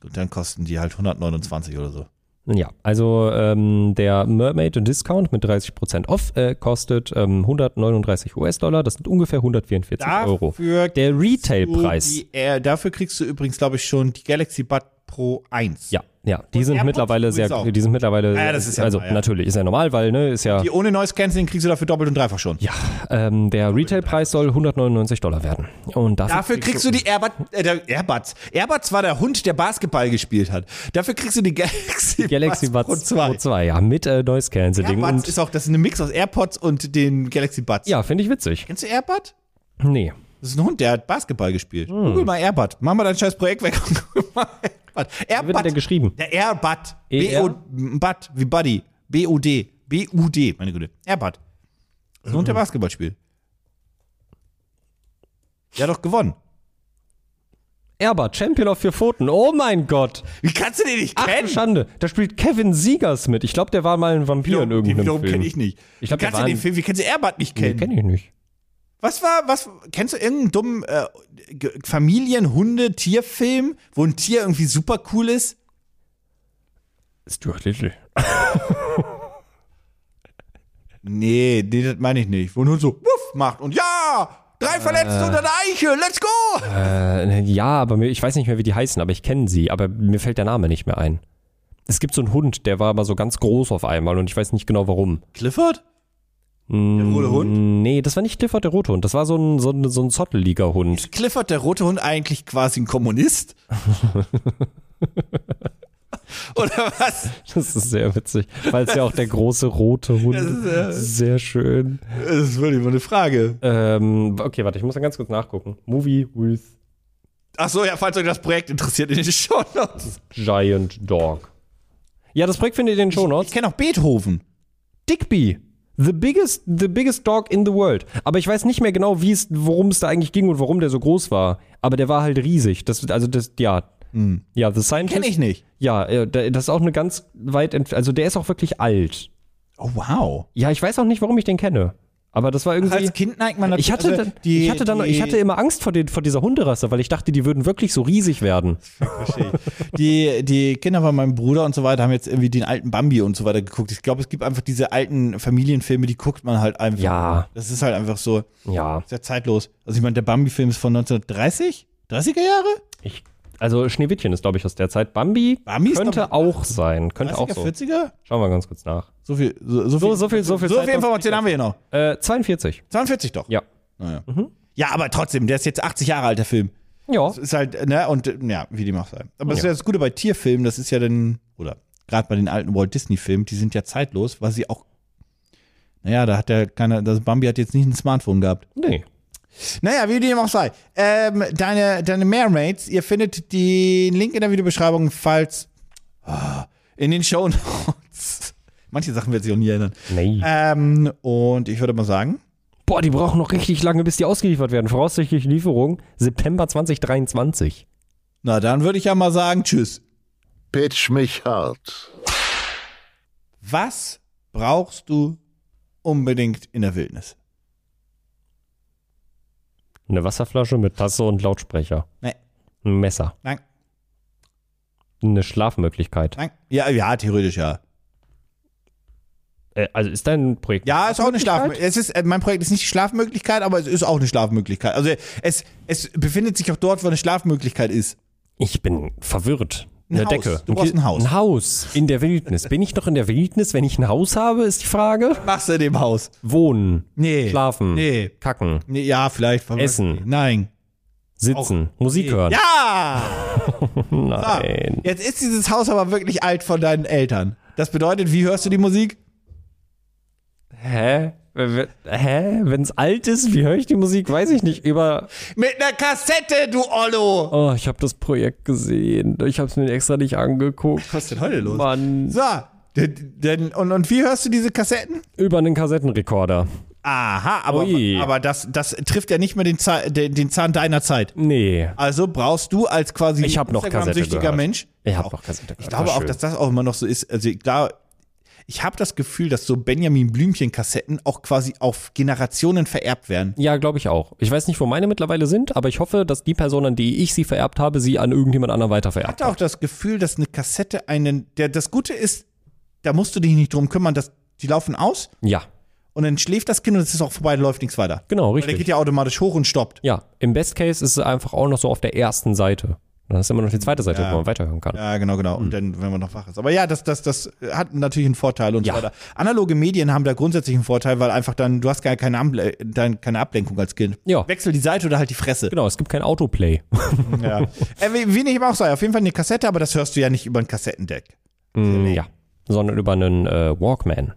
C: Gut, dann kosten die halt 129 oder so.
B: Ja, also ähm, der Mermaid Discount mit 30% off äh, kostet ähm, 139 US-Dollar. Das sind ungefähr 144 Euro. Der Retailpreis.
C: Äh, dafür kriegst du übrigens, glaube ich, schon die Galaxy Bud Pro 1.
B: Ja, ja, die sind
C: AirPods
B: mittlerweile sehr,
C: übrigens auch.
B: die sind mittlerweile,
C: Ah, ja, das ist ja
B: also
C: normal, ja.
B: natürlich ist ja normal, weil ne ist ja,
C: Die ohne Noise Cancelling kriegst du dafür doppelt und dreifach schon.
B: ja, ähm, der Retailpreis soll 199 Dollar werden und dafür,
C: Dafür kriegst du die Airbud, äh, der Airbuds. Airbuds war der Hund, der Basketball gespielt hat. Dafür kriegst du die Galaxy,
B: Galaxy
C: Buds
B: Buds
C: Pro 2.
B: Pro 2, ja, mit äh, Noise Cancelling
C: Airbuds
B: und
C: ist auch, das ist eine Mix aus AirPods und den Galaxy Buds.
B: ja, finde ich witzig.
C: Kennst du Airbud?
B: Nee.
C: Das ist ein Hund, der hat Basketball gespielt. Google mal Airbud. Mach mal dein scheiß Projekt weg und google mal Airbud.
B: Hm. Wie wird der
C: Airbud.
B: geschrieben?
C: Der Airbud.
B: ER?
C: B-O- Bud, wie Buddy. B-U-D. B-U-D, meine Güte. Airbud. Das
B: Mhm.
C: ist ein Hund, der Basketball spielt. Der hat doch gewonnen.
B: Erbert, Champion of Vier Pfoten. Oh mein Gott.
C: Wie kannst du den nicht
B: Ach,
C: kennen?
B: du Schande. Da spielt Kevin Siegers mit. Ich glaube, der war mal ein Vampir in
C: den
B: irgendeinem
C: wiederum
B: Film.
C: kenne ich nicht.
B: Ich glaub,
C: wie
B: der
C: kannst du
B: war
C: den
B: ein-
C: Film, wie kannst du Airbud nicht
B: Nee,
C: kennen?
B: kenne ich nicht.
C: Was war, was, kennst du irgendeinen dummen äh, Ge- Familien-Hunde-Tierfilm, wo ein Tier irgendwie super cool ist?
B: Stuart Little.
C: Nee, nee, das meine ich nicht. Wo ein Hund so wuff macht und ja, drei Verletzte unter der Eiche, let's go!
B: Äh, ja, aber mir, ich weiß nicht mehr, wie die heißen, aber ich kenne sie. Aber mir fällt der Name nicht mehr ein. Es gibt so einen Hund, der war aber so ganz groß auf einmal und ich weiß nicht genau warum. Mm,
C: Clifford? Der rote Hund?
B: Nee, das war nicht Clifford der Rothund. Das war so ein, so ein, so ein zotteliger Hund.
C: Ist Clifford, der rote Hund, eigentlich quasi ein Kommunist? Oder was?
B: Das ist sehr witzig, weil es ja auch der große rote Hund ist. Sehr schön.
C: Das ist wirklich mal eine Frage.
B: Ähm, okay, warte, ich muss dann ganz kurz nachgucken. Movie with
C: Ach so, ja, falls euch das Projekt interessiert, in den Show Notes.
B: Giant Dog. Ja, das Projekt findet ihr in den
C: Ich
B: Shownotes.
C: kenne auch Beethoven.
B: Digby. The biggest, the biggest dog in the world. Aber ich weiß nicht mehr genau, wie es, worum es da eigentlich ging und warum der so groß war. Aber der war halt riesig. Das, also das, ja. Ja, The Scientist.
C: Kenne Hm. ich nicht.
B: Ja, äh, da- das ist auch eine ganz weit, entf- also der ist auch wirklich alt.
C: Oh, wow.
B: Ja, ich weiß auch nicht, warum ich den kenne. Aber das war irgendwie.
C: Als Kind neigt man natürlich.
B: Ich hatte,
C: also
B: dann,
C: die-
B: ich hatte dann,
C: die,
B: ich hatte immer Angst vor, den, vor dieser Hunderasse, weil ich dachte, die würden wirklich so riesig werden.
C: die, die Kinder von meinem Bruder und so weiter haben jetzt irgendwie den alten Bambi und so weiter geguckt. Ich glaube, es gibt einfach diese alten Familienfilme, die guckt man halt einfach.
B: Ja.
C: Das ist halt einfach so
B: Ja.
C: sehr zeitlos. Also ich meine, der Bambi-Film ist von 1930? 30er Jahre?
B: Ich, also Schneewittchen ist, glaube ich, aus der Zeit. Bambi,
C: Bambi ist,
B: könnte
C: glaub ich,
B: auch sein. Könnte
C: 30er,
B: auch so.
C: 40er?
B: Schauen wir ganz kurz nach.
C: So viel, so, so,
B: So- so viel- so viel
C: so
B: Zeit
C: viel
B: noch.
C: Information haben wir hier noch.
B: Äh, 42.
C: 42 doch.
B: Ja. Mhm.
C: Naja. Ja, aber trotzdem, der ist jetzt 80 Jahre alt, der Film.
B: Ja.
C: ist halt, ne, und äh, ja, wie die macht sein. Aber das ist ja das Gute bei Tierfilmen, das ist ja dann, oder gerade bei den alten Walt Disney-Filmen, die sind ja zeitlos, weil sie auch, naja, da hat ja keiner, das Bambi hat jetzt nicht ein Smartphone gehabt.
B: Nee.
C: Naja, wie dem auch sei. Ähm, deine, deine Mermaids, ihr findet den Link in der Videobeschreibung, falls ah, in den Show Notes. Manche Sachen wird sich auch nie erinnern.
B: Nee.
C: Ähm, und ich würde mal sagen,
B: Äh. Boah, die brauchen noch richtig lange, bis die ausgeliefert werden. Voraussichtliche Lieferung September 2023.
C: na dann würde ich ja mal sagen, tschüss.
A: Pitch mich hart.
C: Was brauchst du unbedingt in der Wildnis?
B: Eine Wasserflasche mit Tasse und Lautsprecher.
C: Nee.
B: Ein Messer.
C: Nein,
B: Eine Schlafmöglichkeit.
C: nein. Ja, ja, theoretisch ja.
B: Äh, also ist dein Projekt.
C: Ja, ist auch eine
B: Schlafmöglichkeit?
C: Schlafmöglichkeit. Es ist, äh, mein Projekt ist nicht die Schlafmöglichkeit, aber es ist auch eine Schlafmöglichkeit. Also es, es befindet sich auch dort, wo eine Schlafmöglichkeit ist.
B: Ich bin verwirrt.
C: Ein
B: Eine
C: Haus.
B: Decke.
C: Du brauchst ein Haus.
B: Ein Haus in der Wildnis. Bin ich noch in der Wildnis, wenn ich ein Haus habe, ist die Frage.
C: Machst du in dem Haus?
B: Wohnen.
C: Nee.
B: Schlafen.
C: Nee.
B: Kacken.
C: nee ja, vielleicht.
B: Essen.
C: Nein.
B: Sitzen. Musik hören.
C: Ja!
B: Nein.
C: Jetzt ist dieses Haus aber wirklich alt von deinen Eltern. Das bedeutet, wie hörst du die Musik?
B: Hä? W- w- Hä? Wenn's alt ist, wie höre ich die Musik? Weiß ich nicht. Über.
C: Mit einer Kassette, du Ollo!
B: Oh, ich habe das Projekt gesehen. Ich habe es mir extra nicht angeguckt.
C: Was ist denn heute los?
B: Mann.
C: So, Denn, denn, und, und wie hörst du diese Kassetten?
B: Über einen Kassettenrekorder.
C: Aha, aber,
B: Ui.
C: aber das, das trifft ja nicht mehr den, Zah den, den Zahn deiner Zeit.
B: Nee.
C: Also brauchst du als quasi
B: Ich hab noch Kassette
C: Instagram-süchtiger
B: gehört.
C: Mensch.
B: Ich hab
C: auch-
B: noch Kassette gehört.
C: Ich glaube
B: War
C: auch,
B: schön.
C: dass das auch immer noch so ist. Also da, ich habe das Gefühl, dass so Benjamin Blümchen-Kassetten auch quasi auf Generationen vererbt werden.
B: Ja, glaube ich auch. Ich weiß nicht, wo meine mittlerweile sind, aber ich hoffe, dass die Person, an die ich sie vererbt habe, sie an irgendjemand anderen
C: Ich
B: weitervererbt.
C: hatte auch das Gefühl, dass eine Kassette einen. Der, das Gute ist, da musst du dich nicht drum kümmern, dass die laufen aus
B: Ja,
C: und dann schläft das Kind und es ist auch vorbei, läuft nichts weiter.
B: genau,
C: Weil der geht
B: richtig.
C: ja automatisch hoch und stoppt.
B: Ja, im Best Case ist es einfach auch noch so auf der ersten Seite. Dann hast du immer noch die zweite Seite,
C: Ja.
B: wo man weiterhören kann.
C: Ja, genau, genau.
B: Hm.
C: Und dann, wenn man noch wach ist. Aber ja, das, das, das hat natürlich einen Vorteil und
B: Ja.
C: so weiter. Analoge Medien haben da grundsätzlich einen Vorteil, weil einfach dann, du hast gar keine, Amble dann keine Ablenkung als Kind.
B: Ja.
C: Wechsel die Seite oder halt die Fresse.
B: Genau, es gibt kein Autoplay. Genau.
C: Ja. äh, wie, wie nicht immer auch sei, auf jeden Fall eine Kassette, aber das hörst du ja nicht über ein Kassettendeck.
B: Mm, ja, sondern über einen äh, Walkman.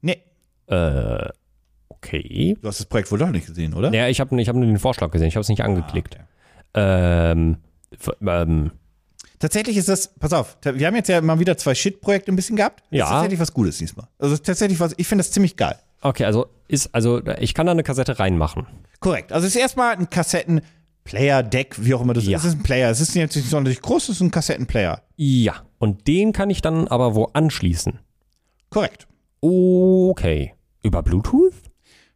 C: Nee,
B: Äh, okay.
C: du hast das Projekt wohl doch nicht gesehen, oder?
B: Naja, ich habe ich hab nur den Vorschlag gesehen, ich habe es
C: Ah,
B: nicht angeklickt. Ähm, f- ähm,
C: Tatsächlich ist das, pass auf, ta- wir haben jetzt ja mal wieder zwei Shit-Projekte ein bisschen gehabt. Das
B: Ja.
C: ist tatsächlich was Gutes diesmal. Also das ist tatsächlich was, ich finde das ziemlich geil.
B: okay, also ist, also ich kann da eine Kassette reinmachen.
C: Korrekt. Also es ist erstmal ein Kassettenplayer, Deck, wie auch immer das
B: Ja.
C: ist. Es ist ein Player. Es ist jetzt nicht sonderlich groß, es ist ein Kassettenplayer.
B: Ja, und den kann ich dann aber wo anschließen.
C: Korrekt.
B: Okay. Über Bluetooth?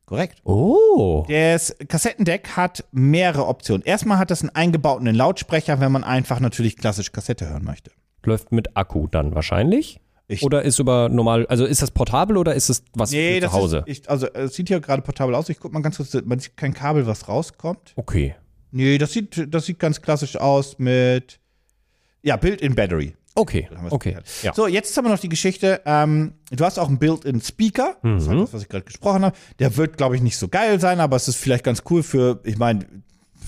C: Korrekt.
B: Oh.
C: Das Kassettendeck hat mehrere Optionen. Erstmal hat das einen eingebauten Lautsprecher, wenn man einfach natürlich klassisch Kassette hören möchte.
B: Läuft mit Akku dann wahrscheinlich?
C: Ich-
B: oder ist über normal, also ist das portabel oder ist es was für zu Hause?
C: Ist, ich, also es sieht hier gerade portabel aus. Ich guck mal ganz kurz, man sieht kein Kabel, was rauskommt.
B: okay.
C: Nee, das sieht, das sieht ganz klassisch aus mit ja, Built-in-Battery.
B: Okay.
C: haben wir's
B: Okay.
C: geklärt.
B: Ja.
C: So, jetzt haben wir noch die Geschichte. Ähm, du hast auch einen Built-in-Speaker, das
B: Mhm.
C: war das, was ich gerade gesprochen habe. Der wird, glaube ich, nicht so geil sein, aber es ist vielleicht ganz cool für, ich meine,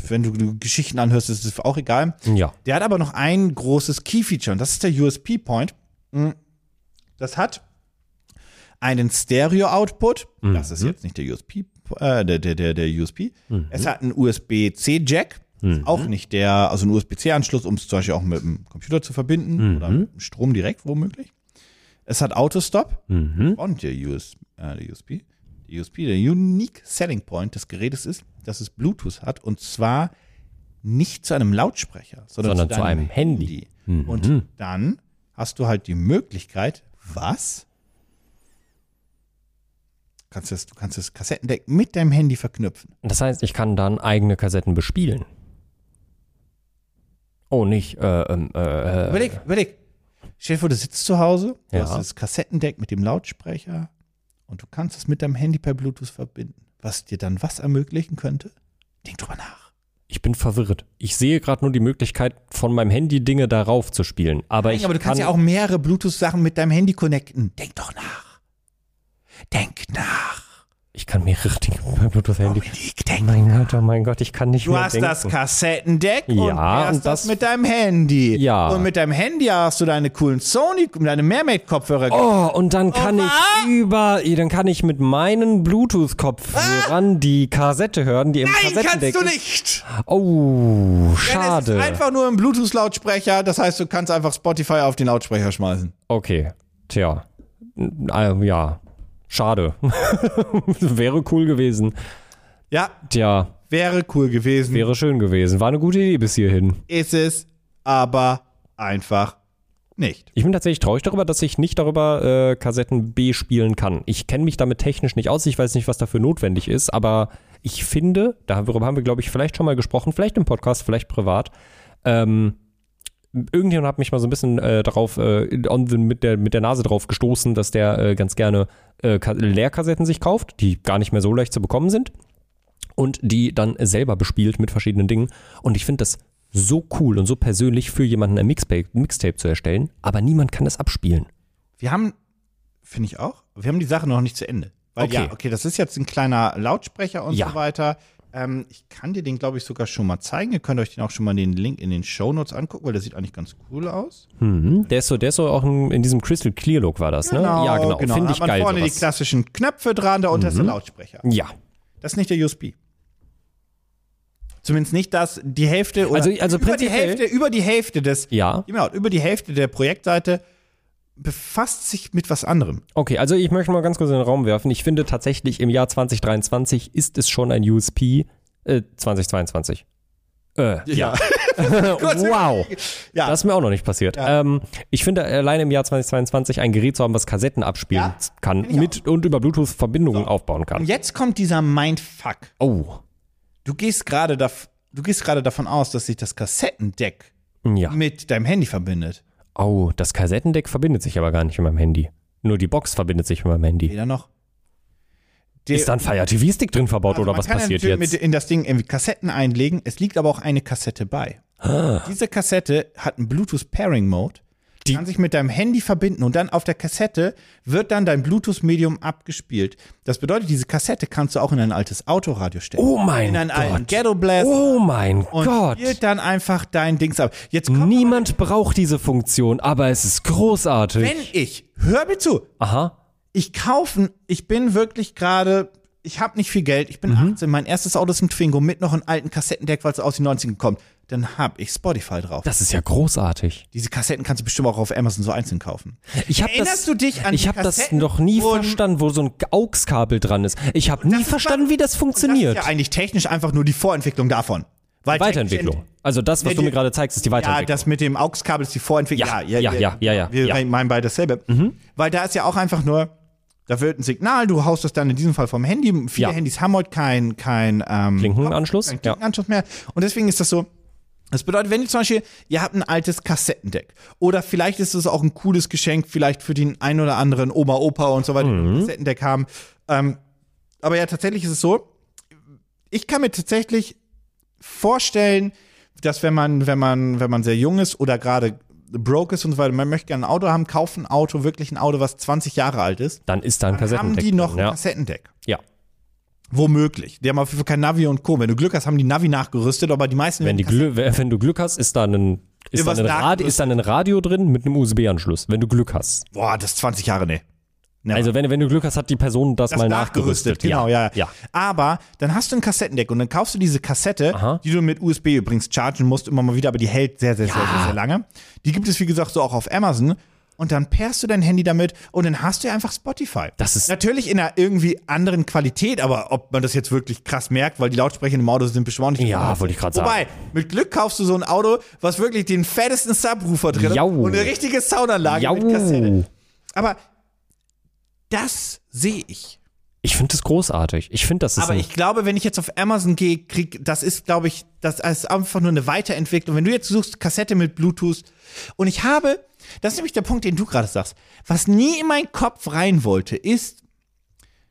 C: wenn du Geschichten anhörst, ist es auch egal.
B: ja.
C: Der hat aber noch ein großes Key-Feature und das ist der USP-Point. Mm. Das hat einen Stereo-Output. Das ist jetzt nicht der USP, äh, der, der, der, der USP. Es hat einen USB-C-Jack. Ist Auch nicht der, also ein USB-C-Anschluss, um es zum Beispiel auch mit dem Computer zu verbinden oder mit dem Strom direkt womöglich. Es hat Autostop
B: Mhm.
C: und der, US, äh, der USP. Der USP, der Unique Selling Point des Gerätes ist, dass es Bluetooth hat und zwar nicht zu einem Lautsprecher, sondern,
B: Sondern
C: zu,
B: zu
C: deinem
B: einem Handy. Mhm.
C: Und dann hast du halt die Möglichkeit, was? Kannst das, du kannst das Kassettendeck mit deinem Handy verknüpfen.
B: Das heißt, ich kann dann eigene Kassetten bespielen. Oh, nicht, äh, ähm, äh, äh,
C: Überleg, überleg. Stell dir vor, du sitzt zu Hause, du
B: Ja.
C: hast das Kassettendeck mit dem Lautsprecher und du kannst es mit deinem Handy per Bluetooth verbinden. Was dir dann was ermöglichen könnte? Denk drüber nach.
B: ich bin verwirrt. Ich sehe gerade nur die Möglichkeit, von meinem Handy Dinge darauf zu spielen. Aber ich
C: aber du
B: kann,
C: kannst ja auch mehrere Bluetooth-Sachen mit deinem Handy connecten. Denk doch nach. Denk nach.
B: ich kann mehrere Dinge mit meinem Bluetooth-Handy.
C: Dominik,
B: Oh
C: denk.
B: mein Gott, oh mein Gott, ich kann nicht
C: Du
B: mehr
C: hast
B: denken.
C: das Kassettendeck und,
B: Ja,
C: hörst
B: und
C: das,
B: das-
C: mit deinem Handy.
B: Ja.
C: Und mit deinem Handy hast du deine coolen Sony, deine Mermaid-Kopfhörer.
B: Oh, und dann kann
C: wa?
B: ich über, dann kann ich mit meinen Bluetooth-Kopfhörern die Kassette hören, die im
C: Ah! Nein,
B: Kassettendeck
C: kannst
B: ist.
C: du nicht.
B: Oh,
C: Denn
B: schade.
C: Es ist einfach nur ein Bluetooth-Lautsprecher, das heißt, du kannst einfach Spotify auf den Lautsprecher schmeißen.
B: okay, tja, N- ähm, ja, schade. wäre cool gewesen.
C: Ja,
B: Tja,
C: wäre cool gewesen.
B: wäre schön gewesen. War eine gute Idee bis hierhin.
C: Ist es aber einfach nicht.
B: Ich bin tatsächlich traurig darüber, dass ich nicht darüber äh, Kassetten B spielen kann. Ich kenne mich damit technisch nicht aus. Ich weiß nicht, was dafür notwendig ist. Aber ich finde, darüber haben wir, glaube ich, vielleicht schon mal gesprochen. Vielleicht im Podcast, vielleicht privat. Ähm, irgendjemand hat mich mal so ein bisschen äh, darauf, äh, on the, mit, der, mit der Nase drauf gestoßen, dass der äh, ganz gerne äh, Ka- Leerkassetten sich kauft, die gar nicht mehr so leicht zu bekommen sind und die dann selber bespielt mit verschiedenen Dingen. Und ich finde das so cool und so persönlich für jemanden ein Mixtape, Mixtape zu erstellen, aber niemand kann das abspielen.
C: Wir haben, finde ich auch, wir haben die Sache noch nicht zu Ende. Weil
B: Okay.
C: ja, okay, das ist jetzt ein kleiner Lautsprecher und
B: Ja.
C: so weiter. Ähm, ich kann dir den, glaube ich, sogar schon mal zeigen. Ihr könnt euch den auch schon mal den Link in den Shownotes angucken, weil der sieht eigentlich ganz cool aus.
B: Mhm. Der ist so, der ist so auch in, in diesem Crystal Clear Look war das, ne? Ja, genau.
C: Dann
B: Finde
C: hat
B: ich
C: man
B: geil.
C: vorne die
B: Sowas. Mhm.
C: klassischen Knöpfe dran, da unten ist der Lautsprecher.
B: Ja.
C: Das ist nicht der USB. Zumindest nicht das, die Hälfte oder
B: Also- also
C: über die
B: prinzipiell-
C: Hälfte, über die Hälfte des
B: Ja.
C: genau, über die Hälfte der Projektseite befasst sich mit was anderem.
B: Okay, also ich möchte mal ganz kurz in den Raum werfen. Ich finde tatsächlich im Jahr 2023 ist es schon ein USP. Äh, 2022. Äh, ja. wow.
C: Ja.
B: Das ist mir auch noch nicht passiert. Ähm, ich finde allein im Jahr 2022 ein Gerät zu haben, was Kassetten abspielen
C: Ja,
B: kann
C: ich
B: mit und über Bluetooth Verbindungen aufbauen kann.
C: Und jetzt kommt dieser Mindfuck.
B: Oh.
C: Du gehst gerade dav du gehst gerade davon aus, dass sich das Kassettendeck
B: Ja.
C: mit deinem Handy verbindet.
B: Oh, das Kassettendeck verbindet sich aber gar nicht mit meinem Handy. Nur die Box verbindet sich mit meinem Handy.
C: Weder noch. Der-
B: Ist da ein Fire TV Stick drin verbaut
C: Also
B: oder
C: man
B: was
C: kann
B: passiert
C: natürlich
B: jetzt?
C: Mit in das Ding irgendwie Kassetten einlegen. Es liegt aber auch eine Kassette bei.
B: Ah.
C: Diese Kassette hat einen Bluetooth Pairing Mode. Die kann sich mit deinem Handy verbinden und dann auf der Kassette wird dann dein Bluetooth Medium abgespielt. Das bedeutet, diese Kassette kannst du auch in ein altes Autoradio stellen.
B: oh mein
C: in einen alten
B: Gott.
C: Ghetto Blast
B: Oh mein
C: und
B: Gott.
C: spielt dann einfach dein Dings ab. Jetzt kommt
B: Niemand braucht diese Funktion, aber es ist großartig.
C: wenn ich, hör mir zu,
B: Aha.
C: ich kaufen, ich bin wirklich gerade, ich habe nicht viel Geld, ich bin
B: Mhm.
C: 18, mein erstes Auto ist ein Twingo mit noch einem alten Kassettendeck, weil es aus den 90ern kommt. Dann habe ich Spotify drauf.
B: Das ist ja großartig.
C: Diese Kassetten kannst du bestimmt auch auf Amazon so einzeln kaufen.
B: Ich hab
C: Erinnerst
B: das,
C: du dich an
B: Ich
C: die
B: habe das
C: Kassetten
B: noch nie
C: und-
B: verstanden, wo so ein AUX-Kabel dran ist. Ich habe
C: das
B: nie
C: ist
B: verstanden,
C: mal-
B: wie das
C: Das
B: funktioniert.
C: ist ja eigentlich technisch einfach nur die Vorentwicklung davon. Weil
B: Weiterentwicklung.
C: technisch-
B: Also das, was
C: Nee,
B: du mir
C: die-
B: gerade zeigst, ist die
C: Ja,
B: Weiterentwicklung.
C: das mit dem AUX-Kabel ist die Vorentwicklung.
B: Ja, ja, ja, ja, ja, Mhm.
C: Wir
B: ja.
C: meinen beide dasselbe. Weil da ist ja auch einfach nur, da wird ein Signal, du haust das dann in diesem Fall vom Handy. Viele
B: Ja.
C: Handys haben heute kein, kein ähm,
B: Klinkenanschluss?
C: kein
B: Ja.
C: Klinkenanschluss mehr. Und deswegen ist das so. Das bedeutet, wenn ihr zum Beispiel, ihr habt ein altes Kassettendeck oder vielleicht ist es auch ein cooles Geschenk, vielleicht für den einen oder anderen Oma, Opa und so weiter, die
B: Mhm.
C: ein Kassettendeck haben. Ähm, aber ja, tatsächlich ist es so, ich kann mir tatsächlich vorstellen, dass wenn man, wenn man, wenn man sehr jung ist oder gerade broke ist und so weiter, man möchte gerne ein Auto haben, kauft ein Auto, wirklich ein Auto, was 20 Jahre alt ist,
B: Dann ist da ein
C: haben
B: Kassettendeck.
C: die noch ein
B: drin, ja.
C: Kassettendeck.
B: ja.
C: Womöglich. Die haben auf jeden Fall kein Navi und Co. Wenn du Glück hast, haben die Navi nachgerüstet, aber die meisten
B: Wenn, die Glü wenn du Glück hast, ist da ein, ist da
C: Irgendwas
B: ein, Rad
C: nachgerüstet.
B: ist da ein Radio drin mit einem USB-Anschluss, wenn du Glück hast.
C: Boah, das ist 20 Jahre, ne.
B: Also wenn, wenn du Glück hast, hat die Person das, mal nachgerüstet.
C: Genau, ja.
B: ja.
C: Aber dann hast du ein Kassettendeck und dann kaufst du diese Kassette,
B: Aha.
C: die du mit USB übrigens chargen musst, immer mal wieder, aber die hält sehr, sehr, sehr, sehr, sehr lange. Die gibt es, wie gesagt, so auch auf Amazon. Und dann pairst du dein Handy damit und dann hast du ja einfach Spotify.
B: Das ist-
C: natürlich in einer irgendwie anderen Qualität, aber ob man das jetzt wirklich krass merkt, weil die Lautsprecher im Auto sind bestimmt auch nicht.
B: Ja, wollte ich gerade sagen.
C: Wobei, mit Glück kaufst du so ein Auto, was wirklich den fettesten Subwoofer drin hat
B: Jau.
C: und eine richtige Soundanlage mit Kassette.
B: Jau.
C: Aber das sehe ich.
B: Ich finde das großartig. Ich finde, das ist
C: Aber
B: ein,
C: ich glaube, wenn ich jetzt auf Amazon gehe, krieg, das ist, glaube ich, das ist einfach nur eine Weiterentwicklung. Wenn du jetzt suchst, Kassette mit Bluetooth und ich habe, das ist nämlich der Punkt, den du gerade sagst, was nie in meinen Kopf rein wollte, ist,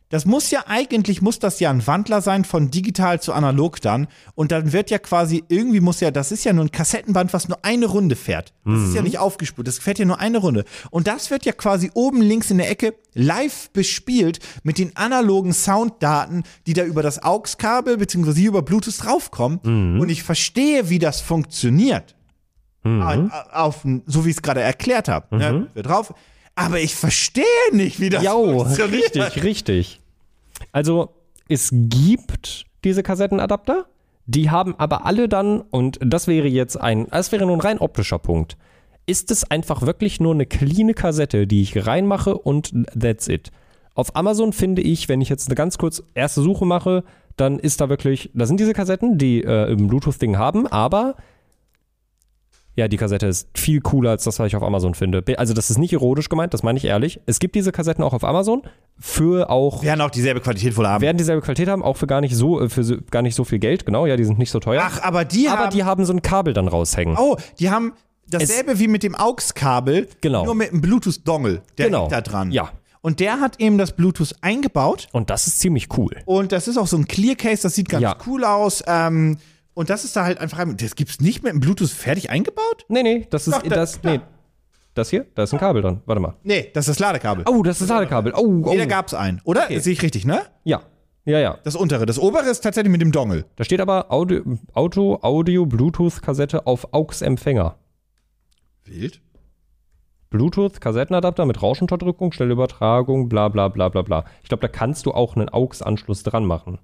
C: das muss ja eigentlich, muss das ja ein Wandler sein von digital zu analog dann. Und dann wird ja quasi, irgendwie muss ja, das ist ja nur ein Kassettenband, was nur eine Runde fährt. Das ist ja nicht aufgespult, das fährt ja nur eine Runde. Und das wird ja quasi oben links in der Ecke live bespielt mit den analogen Sounddaten, die da über das AUX-Kabel bzw. über Bluetooth draufkommen. Und ich verstehe, wie das funktioniert. Auf, auf, so wie ich es gerade erklärt habe. Ne, wir drauf. Aber ich verstehe nicht, wie das
B: Jau,
C: funktioniert.
B: oh, richtig, richtig. Also, es gibt diese Kassettenadapter, die haben aber alle dann, und das wäre jetzt ein, das wäre nun ein rein optischer Punkt. Ist es einfach wirklich nur eine cleane Kassette, die ich reinmache und that's it. Auf Amazon finde ich, wenn ich jetzt eine ganz kurz erste Suche mache, dann ist da wirklich, da sind diese Kassetten, die äh, im Bluetooth-Ding haben, aber ja, die Kassette ist viel cooler als das, was ich auf Amazon finde. Be- Also das ist nicht erotisch gemeint, das meine ich ehrlich. Es gibt diese Kassetten auch auf Amazon für auch
C: werden auch dieselbe Qualität wohl haben.
B: werden dieselbe Qualität haben, auch für gar nicht so äh, für so, gar nicht so viel Geld. Genau, ja, die sind nicht so teuer.
C: Ach, aber die
B: aber
C: haben.
B: die haben so ein Kabel dann raushängen.
C: oh, die haben dasselbe wie mit dem AUX-Kabel,
B: Genau.
C: nur mit einem Bluetooth-Dongle. Der
B: Genau.
C: hängt da dran.
B: Ja.
C: Und der hat eben das Bluetooth eingebaut.
B: Und das ist ziemlich cool.
C: Und das ist auch so ein Clear Case, das sieht ganz
B: Ja.
C: cool aus. Ähm, und das ist da halt einfach. ein- Das gibt's nicht mit dem Bluetooth fertig eingebaut?
B: Nee, nee, das ist
C: Doch, da-
B: das nee. Das hier, da ist ein Kabel dran. Warte mal.
C: Nee, das ist das Ladekabel.
B: Oh, das ist Ladekabel. Oh, oh.
C: Nee, da gab's einen, oder? Sehe ich richtig, ne?
B: Ja. Ja, ja.
C: Das untere. Das obere ist tatsächlich mit dem Dongle.
B: Da steht aber Audio, Auto, Audio, Bluetooth, Kassette auf AUX-Empfänger.
C: Wild.
B: Bluetooth, Kassettenadapter mit Rauschunterdrückung, Schnellübertragung, bla bla bla bla bla. Ich glaube, da kannst du auch einen AUX-Anschluss dran machen.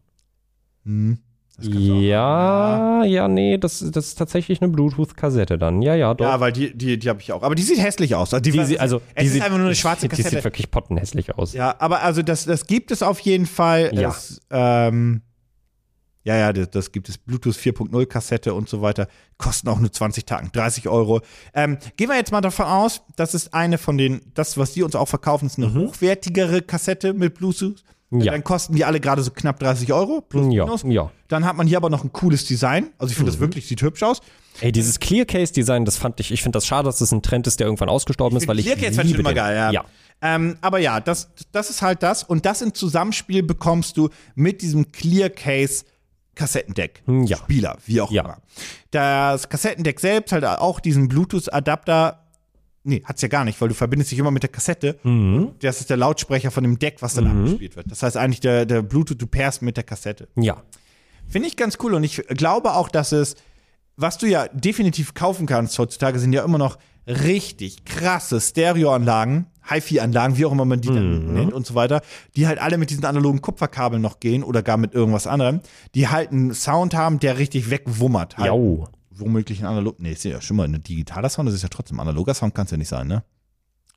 C: Hm, Das kannst du auch-
B: Ja, ja, nee, das, das ist tatsächlich eine Bluetooth-Kassette dann. Ja, ja, doch.
C: Ja, weil die, die, die habe ich auch. Aber die sieht hässlich aus. Also die,
B: die, sie- also,
C: es
B: die
C: ist
B: sieht-
C: einfach nur eine schwarze
B: Die sieht
C: Kassette.
B: wirklich pottenhässlich aus.
C: Ja, aber also das, das gibt es auf jeden Fall.
B: Ja.
C: Es, ähm, ja, ja, das, das gibt es. Bluetooth 4.0 Kassette und so weiter. Kosten auch nur 20 Tacken, 30 Euro. Ähm, gehen wir jetzt mal davon aus, das ist eine von den, das, was die uns auch verkaufen, ist eine hochwertigere Kassette mit Bluetooth.
B: Mhm. Ja.
C: Dann kosten die alle gerade so knapp 30 Euro. Plus
B: Ja,
C: minus.
B: ja. Mhm.
C: Dann hat man hier aber noch ein cooles Design. Also ich finde das wirklich, sieht hübsch aus.
B: Ey, dieses Clear Case Design, das fand ich, ich finde das schade, dass das ein Trend ist, der irgendwann ausgestorben ist, weil ich
C: Clear Case fand ich
B: liebe
C: halt immer
B: den.
C: geil, ja.
B: ja.
C: Ähm, aber ja, das, das ist halt das. Und das im Zusammenspiel bekommst du mit diesem Clear Case Kassettendeck.
B: Hm, ja.
C: Spieler, wie auch
B: Ja.
C: immer. Das Kassettendeck selbst hat auch diesen Bluetooth-Adapter. Nee, hat's ja gar nicht, weil du verbindest dich immer mit der Kassette.
B: Mhm.
C: Und das ist der Lautsprecher von dem Deck, was dann abgespielt wird. Das heißt eigentlich, der, der Bluetooth, du pairst mit der Kassette.
B: Ja.
C: Finde ich ganz cool und ich glaube auch, dass es, was du ja definitiv kaufen kannst heutzutage, sind ja immer noch richtig krasse Stereoanlagen, HiFi-Anlagen, wie auch immer man die dann nennt und so weiter, die halt alle mit diesen analogen Kupferkabeln noch gehen oder gar mit irgendwas anderem, die halt einen Sound haben, der richtig wegwummert. Halt
B: Jau.
C: womöglich ein analog. Nee, ist ja schon mal ein digitaler Sound, das ist ja trotzdem analoger Sound, kann es ja nicht sein, ne?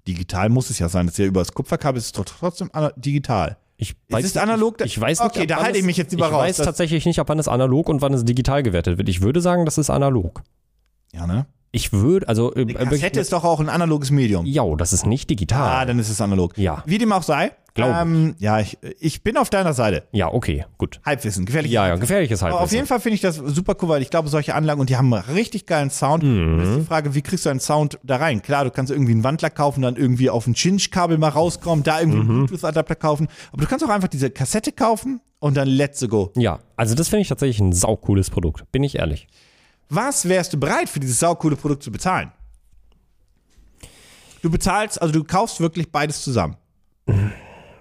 C: Digital muss es ja sein, das ist ja über das Kupferkabel, das ist doch trotzdem ana- digital.
B: Ich
C: Es ist analog, da-
B: Ich weiß nicht,
C: Okay,
B: ab
C: da
B: wann
C: halte ich
B: es-
C: mich jetzt lieber
B: ich
C: raus.
B: weiß
C: Das-
B: tatsächlich nicht, ab wann es analog und wann es digital gewertet wird. Ich würde sagen, das ist analog.
C: Ja, ne?
B: Ich würde, also äh,
C: Eine
B: wirklich-
C: Kassette ist doch auch ein analoges Medium.
B: Ja, das ist nicht digital.
C: Ah, dann ist es analog.
B: Ja.
C: Wie dem auch sei.
B: Glaube
C: ähm, ja, ich, ich bin auf deiner Seite.
B: ja, okay, gut.
C: Halbwissen, gefährlich.
B: Ja, ja, gefährliches
C: Aber
B: Halbwissen.
C: auf jeden Fall finde ich das super cool, weil ich glaube, solche Anlagen und die haben einen richtig geilen Sound.
B: Mhm.
C: Und Das ist die Frage, wie kriegst du einen Sound da rein? Klar, du kannst irgendwie einen Wandler kaufen, dann irgendwie auf ein Chinch-Kabel mal rauskommen, da irgendwie
B: Mhm.
C: einen Bluetooth-Adapter kaufen. Aber du kannst auch einfach diese Kassette kaufen und dann let's go.
B: Ja, also das finde ich tatsächlich ein saucooles Produkt, bin ich ehrlich.
C: Was wärst du bereit für dieses saukoole Produkt zu bezahlen? Du bezahlst, also du kaufst wirklich beides zusammen.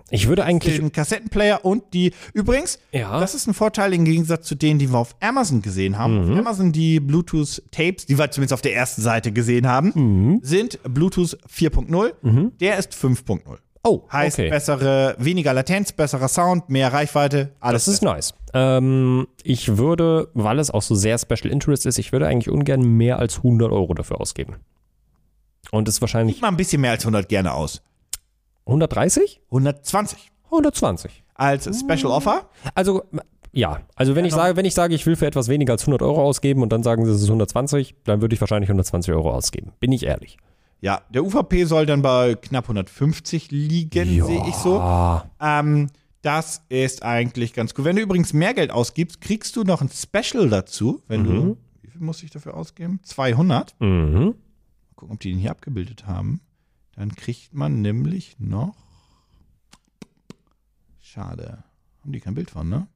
B: Ich würde eigentlich,
C: den Kassettenplayer und die. Übrigens,
B: Ja.
C: das ist ein Vorteil im Gegensatz zu denen, die wir auf Amazon gesehen haben.
B: Mhm.
C: Auf Amazon die Bluetooth-Tapes, die wir zumindest auf der ersten Seite gesehen haben,
B: Mhm.
C: sind Bluetooth 4.0. Der ist 5.0.
B: oh,
C: Heißt
B: Mhm. okay.
C: bessere, weniger Latenz, besserer Sound, mehr Reichweite, alles.
B: Das ist nice. Ähm, ich würde, weil es auch so sehr Special Interest ist, ich würde eigentlich ungern mehr als 100 Euro dafür ausgeben. Und ist
C: Gib
B: wahrscheinlich
C: mal ein bisschen mehr als 100 gerne aus.
B: 130?
C: 120
B: 120.
C: als
B: Mhm.
C: Special Offer.
B: Also, ja. Also, wenn ich sage, wenn ich sage, ich will für etwas weniger als 100 Euro ausgeben und dann sagen sie, es ist 120, dann würde ich wahrscheinlich 120 Euro ausgeben. Bin ich ehrlich.
C: Ja, der UVP soll dann bei knapp 150 liegen, sehe ich so.
B: Ah,
C: Ähm, das ist eigentlich ganz cool. Wenn du übrigens mehr Geld ausgibst, kriegst du noch ein Special dazu, wenn du. Wie viel muss ich dafür ausgeben? 200. Mal
B: mhm.
C: gucken, ob die den hier abgebildet haben. Dann kriegt man nämlich noch. Schade. Haben die kein Bild von, ne?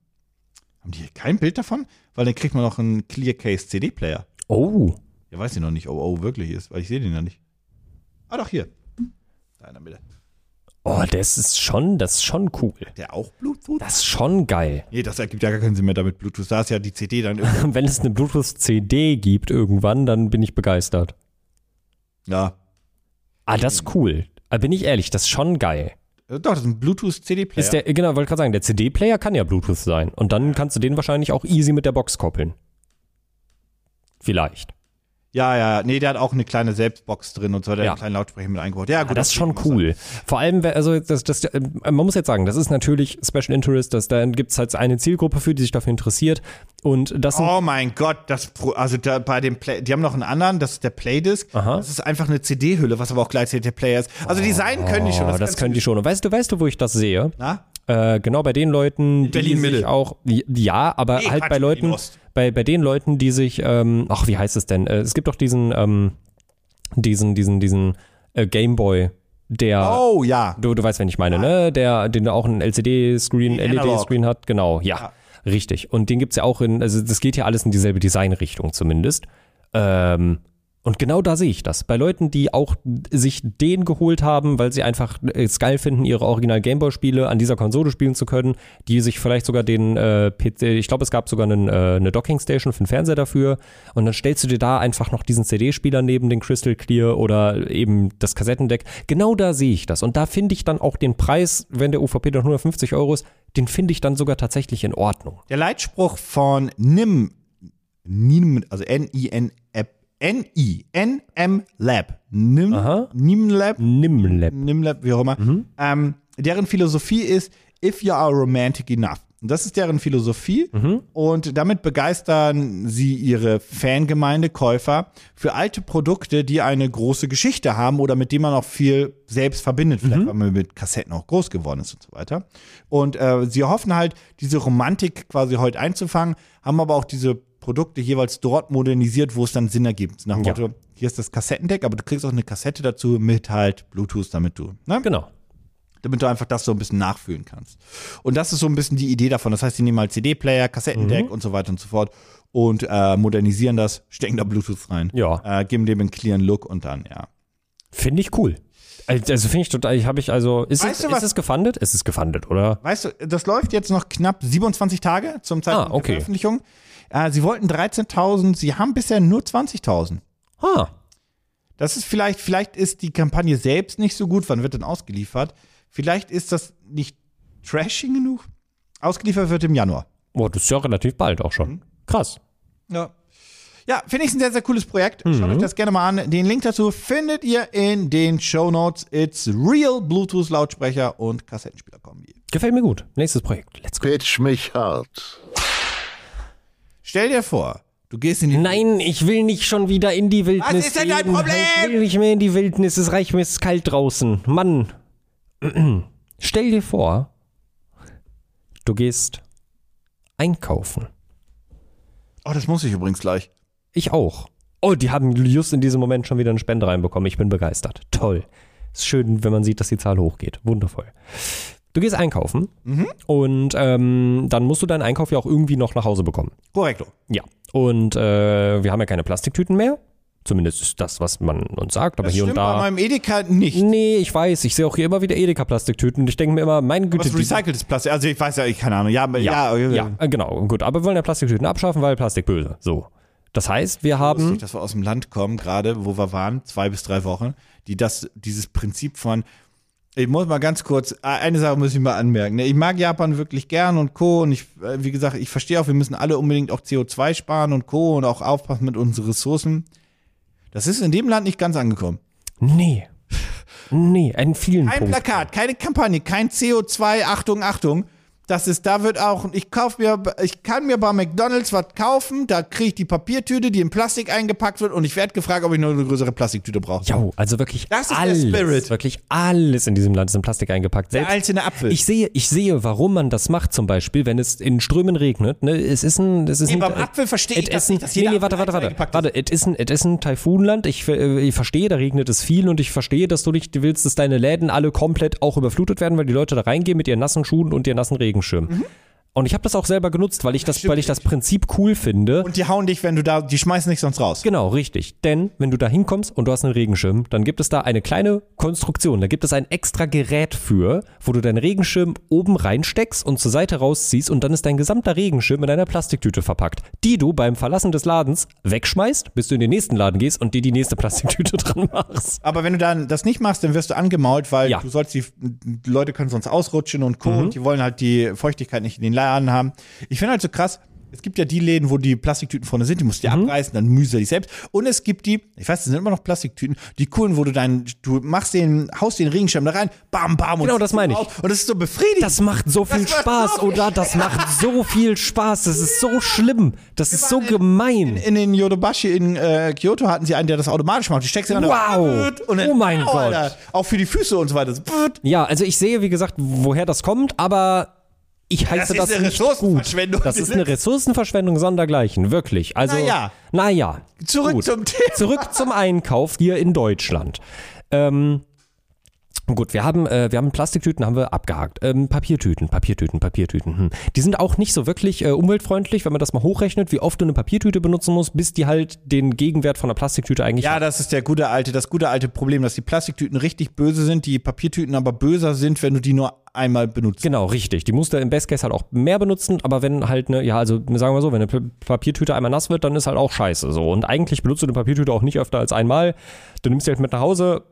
C: Haben die hier kein Bild davon? Weil dann kriegt man noch einen Clear Case CD-Player.
B: Oh.
C: Ja, weiß ich noch nicht, ob oh, wirklich ist, weil ich sehe den ja nicht. Ah, doch, hier. Da in der Mitte.
B: Oh, das ist schon, das ist schon cool.
C: Der auch Bluetooth?
B: Das ist schon geil.
C: Nee, das ergibt ja gar keinen Sinn mehr damit Bluetooth. Da ist ja die CD dann irgendwie.
B: Wenn es eine Bluetooth-CD gibt irgendwann, dann bin ich begeistert.
C: ja,
B: Ah, das ist cool. Ah, Bin ich ehrlich, das ist schon geil.
C: Äh, Doch, das ist ein Bluetooth-CD-Player.
B: Ist der, genau, wollte gerade sagen, der CD-Player kann ja Bluetooth sein. Und dann kannst du den wahrscheinlich auch easy mit der Box koppeln. Vielleicht.
C: ja, ja, nee, der hat auch eine kleine Selbstbox drin und so, der hat
B: Ja.
C: einen kleinen Lautsprecher mit eingebaut. Ja,
B: Ah,
C: gut.
B: das ist schon
C: muss sein.
B: cool. Vor allem, wer- also das, das, äh, man muss jetzt sagen, das ist natürlich Special Interest, dass da gibt es halt eine Zielgruppe für, die sich dafür interessiert. Und das sind,
C: Oh mein Gott, das, Pro- also da, bei dem Play, die haben noch einen anderen, das ist der Playdisc.
B: Aha.
C: Das ist einfach eine CD-Hülle, was aber auch gleichzeitig der Player ist. Also Design können die schon.
B: oh, das
C: kannst
B: können die schon. Und weißt du, weißt du, wo ich das sehe?
C: du- Na?
B: Äh, genau bei den Leuten, die
C: Berlin-Mitte.
B: sich auch, ja, aber
C: Nee,
B: halt
C: Quatsch,
B: bei Leuten,
C: Berlin-Ost.
B: bei, bei den Leuten, die sich, ähm, ach, wie heißt es denn? Äh, es gibt doch diesen, ähm, diesen, diesen, diesen äh, Gameboy, der,
C: Oh ja.
B: du, du weißt, wen ich meine, ne? Der, den auch einen LCD-Screen,
C: Den Analog.
B: LED-Screen E hat, genau, ja, richtig. Und den gibt's ja auch in, also das geht ja alles in dieselbe Designrichtung zumindest. Ähm, und genau da sehe ich das. Bei Leuten, die auch sich den geholt haben, weil sie einfach es geil finden, ihre Original Gameboy-Spiele an dieser Konsole spielen zu können, die sich vielleicht sogar den äh, PC, ich glaube, es gab sogar einen, äh, eine Docking-Station für den Fernseher dafür. Und dann stellst du dir da einfach noch diesen CD-Spieler neben den Crystal Clear oder eben das Kassettendeck. Genau da sehe ich das. Und da finde ich dann auch den Preis, wenn der UVP dann 150 Euro ist, den finde ich dann sogar tatsächlich in Ordnung.
C: Der Leitspruch von Nim, Nim also N-I-N, N-I-N-M Lab, Nim,
B: Aha.
C: Nim Lab,
B: Nimlab.
C: Nimlab, wie auch immer, ähm, deren Philosophie ist, if you are romantic enough. Und Das ist deren Philosophie und damit begeistern sie ihre Fangemeindekäufer für alte Produkte, die eine große Geschichte haben oder mit denen man auch viel selbst verbindet, vielleicht weil man mit Kassetten auch groß geworden ist und so weiter. Und äh, sie hoffen halt, diese Romantik quasi heute einzufangen, haben aber auch diese Produkte jeweils dort modernisiert, wo es dann Sinn ergibt. Nach dem
B: Ja.
C: Motto, hier ist das Kassettendeck, aber du kriegst auch eine Kassette dazu mit halt Bluetooth, damit du, ne?
B: Genau.
C: damit du einfach das so ein bisschen nachfühlen kannst. Und das ist so ein bisschen die Idee davon. Das heißt, die nehmen halt CD-Player, Kassettendeck
B: Mhm.
C: und so weiter und so fort und äh, modernisieren das, stecken da Bluetooth rein,
B: Ja.
C: äh, geben dem einen clearen Look und dann, ja.
B: Finde ich cool. Also finde ich total, habe ich also, ist,
C: Weißt
B: es,
C: du was-
B: ist es gefundet? Es ist gefundet, oder?
C: Weißt du, das läuft jetzt noch knapp 27 Tage zum Zeitpunkt
B: Ah, okay.
C: der Veröffentlichung. Äh, sie wollten 13.000, sie haben bisher nur 20.000.
B: Ah,
C: Das ist vielleicht, vielleicht ist die Kampagne selbst nicht so gut. Wann wird denn ausgeliefert? Vielleicht ist das nicht trashing genug. Ausgeliefert wird im Januar.
B: boah, das ist ja relativ bald auch
C: Mhm.
B: schon. Krass.
C: Ja. Ja, finde ich ein sehr, sehr cooles Projekt.
B: Mhm.
C: Schaut euch das gerne mal an. Den Link dazu findet ihr in den Show Notes. It's real Bluetooth Lautsprecher und Kassettenspieler-Kombi.
B: Gefällt mir gut. Nächstes Projekt. Let's go.
A: Pitch mich hart.
C: Stell dir vor, du gehst in die.
B: Nein, ich will nicht schon wieder in die Wildnis.
C: Was ist denn dein
B: gehen.
C: Problem?
B: Ich will nicht mehr in die Wildnis. Es reicht mir, es ist kalt draußen. Mann. Stell dir vor, du gehst einkaufen.
C: Oh, das muss ich übrigens gleich.
B: Ich auch. Oh, die haben just in diesem Moment schon wieder eine Spende reinbekommen. Ich bin begeistert. Toll. Ist schön, wenn man sieht, dass die Zahl hochgeht. Wundervoll. Du gehst einkaufen
C: Mhm.
B: und ähm, dann musst du deinen Einkauf ja auch irgendwie noch nach Hause bekommen.
C: Korrekto.
B: Ja. Und äh, wir haben ja keine Plastiktüten mehr. Zumindest ist das, was man uns sagt. Aber hier
C: Stimmt
B: und da.
C: bei meinem Edeka nicht.
B: Nee, ich weiß. Ich sehe auch hier immer wieder Edeka-Plastiktüten und ich denke mir immer, meine Güte.
C: Was
B: die-
C: recyceltes Plastik. Also ich weiß ja, ich keine Ahnung. Ja, aber-
B: ja,
C: ja,
B: ja, äh, genau. Gut, aber wir wollen ja Plastiktüten abschaffen, weil Plastik böse. So. Das heißt, wir haben.
C: Lustig, dass wir aus dem Land kommen, gerade wo wir waren, zwei bis drei Wochen, die das, dieses Prinzip von, ich muss mal ganz kurz, eine Sache muss ich mal anmerken. ne? Ich mag Japan wirklich gern und Co. Und ich, äh, wie gesagt, ich verstehe auch, wir müssen alle unbedingt auch CO2 sparen und Co. und auch aufpassen mit unseren Ressourcen. Das ist in dem Land nicht ganz angekommen.
B: Nee. Nee, an vielen
C: Ein
B: Punkten.
C: Plakat, keine Kampagne, kein CO2, Achtung, Achtung. Das ist, da wird auch, ich kauf mir, ich kann mir bei McDonalds was kaufen, da kriege ich die Papiertüte, die in Plastik eingepackt wird und ich werde gefragt, ob ich nur eine größere Plastiktüte brauche.
B: Jo, also wirklich
C: Das ist der
B: alles,
C: Spirit.
B: wirklich alles in diesem Land ist in Plastik eingepackt.
C: Der
B: Selbst
C: einzelne Apfel.
B: ich sehe, ich sehe, warum man das macht, zum Beispiel, wenn es in Strömen regnet. Ne? Es ist ein, es ist ein, äh,
C: beim Apfel verstehe ich
B: es
C: das
B: ist ein-
C: nicht, dass jeder
B: nee, nee, warte,
C: Apfel
B: warte, warte,
C: eingepackt ist.
B: warte. Es ist ein, es ist ein Taifunland. Ich, äh, ich verstehe, da regnet es viel und ich verstehe, dass du nicht willst, dass deine Läden alle komplett auch überflutet werden, weil die Leute da reingehen mit ihren nassen Schuhen und ihren nassen Regenschirmen.
C: Mhm.
B: Und ich habe das auch selber genutzt, weil ich das, weil ich das Prinzip cool finde.
C: und die hauen dich, wenn du da, die schmeißen dich sonst raus.
B: Genau, richtig. Denn wenn du da hinkommst und du hast einen Regenschirm, dann gibt es da eine kleine Konstruktion. Da gibt es ein extra Gerät für, wo du deinen Regenschirm oben reinsteckst und zur Seite rausziehst und dann ist dein gesamter Regenschirm in einer Plastiktüte verpackt, die du beim Verlassen des Ladens wegschmeißt, bis du in den nächsten Laden gehst und dir die nächste Plastiktüte dran machst.
C: Aber wenn du dann das nicht machst, dann wirst du angemault, weil
B: Ja. Mhm.
C: du sollst die, die Leute können sonst ausrutschen und Co. Und die wollen halt die Feuchtigkeit nicht in den Laden haben. Ich finde halt so krass, es gibt ja die Läden, wo die Plastiktüten vorne sind, die musst du dir
B: Mhm.
C: abreißen, dann mühst du dich selbst. Und es gibt die, ich weiß, das sind immer noch Plastiktüten, die coolen, wo du deinen, du machst den, haust den Regenschirm da rein, bam, bam.
B: Genau,
C: und
B: das meine ich.
C: auf. Und das ist so befriedigend.
B: Das macht so viel
C: Das macht
B: Spaß,
C: so viel
B: oder? Das macht so viel Spaß. Das ist so schlimm. Das ist so gemein.
C: in den Yodobashi in äh, Kyoto hatten sie einen, der das automatisch macht. Die steckst du dann
B: Wow.
C: und dann,
B: Oh mein
C: wow,
B: Gott.
C: Alter. Auch für die Füße und so weiter.
B: Ja, also ich sehe, wie gesagt, woher das kommt, aber ich heiße das,
C: ist eine
B: nicht gut.
C: Ressourcenverschwendung.
B: Das ist eine Ressourcenverschwendung sondergleichen, wirklich. Also,
C: Naja.
B: naja.
C: Zurück
B: Gut.
C: zum Thema.
B: Zurück zum Einkauf hier in Deutschland. Ähm, gut, wir haben, äh, wir haben Plastiktüten, haben wir abgehakt. Ähm, Papiertüten, Papiertüten, Papiertüten. Hm. Die sind auch nicht so wirklich äh, umweltfreundlich, wenn man das mal hochrechnet, wie oft du eine Papiertüte benutzen musst, bis die halt den Gegenwert von einer Plastiktüte eigentlich
C: Ja, das ist der gute alte, das gute alte Problem, dass die Plastiktüten richtig böse sind, die Papiertüten aber böser sind, wenn du die nur einmal benutzt.
B: Genau, richtig. Die musst du im Best Case halt auch mehr benutzen, aber wenn halt eine, ja, also sagen wir mal so, wenn eine P- Papiertüte einmal nass wird, dann ist halt auch scheiße so. Und eigentlich benutzt du eine Papiertüte auch nicht öfter als einmal. Du nimmst sie halt mit nach Hause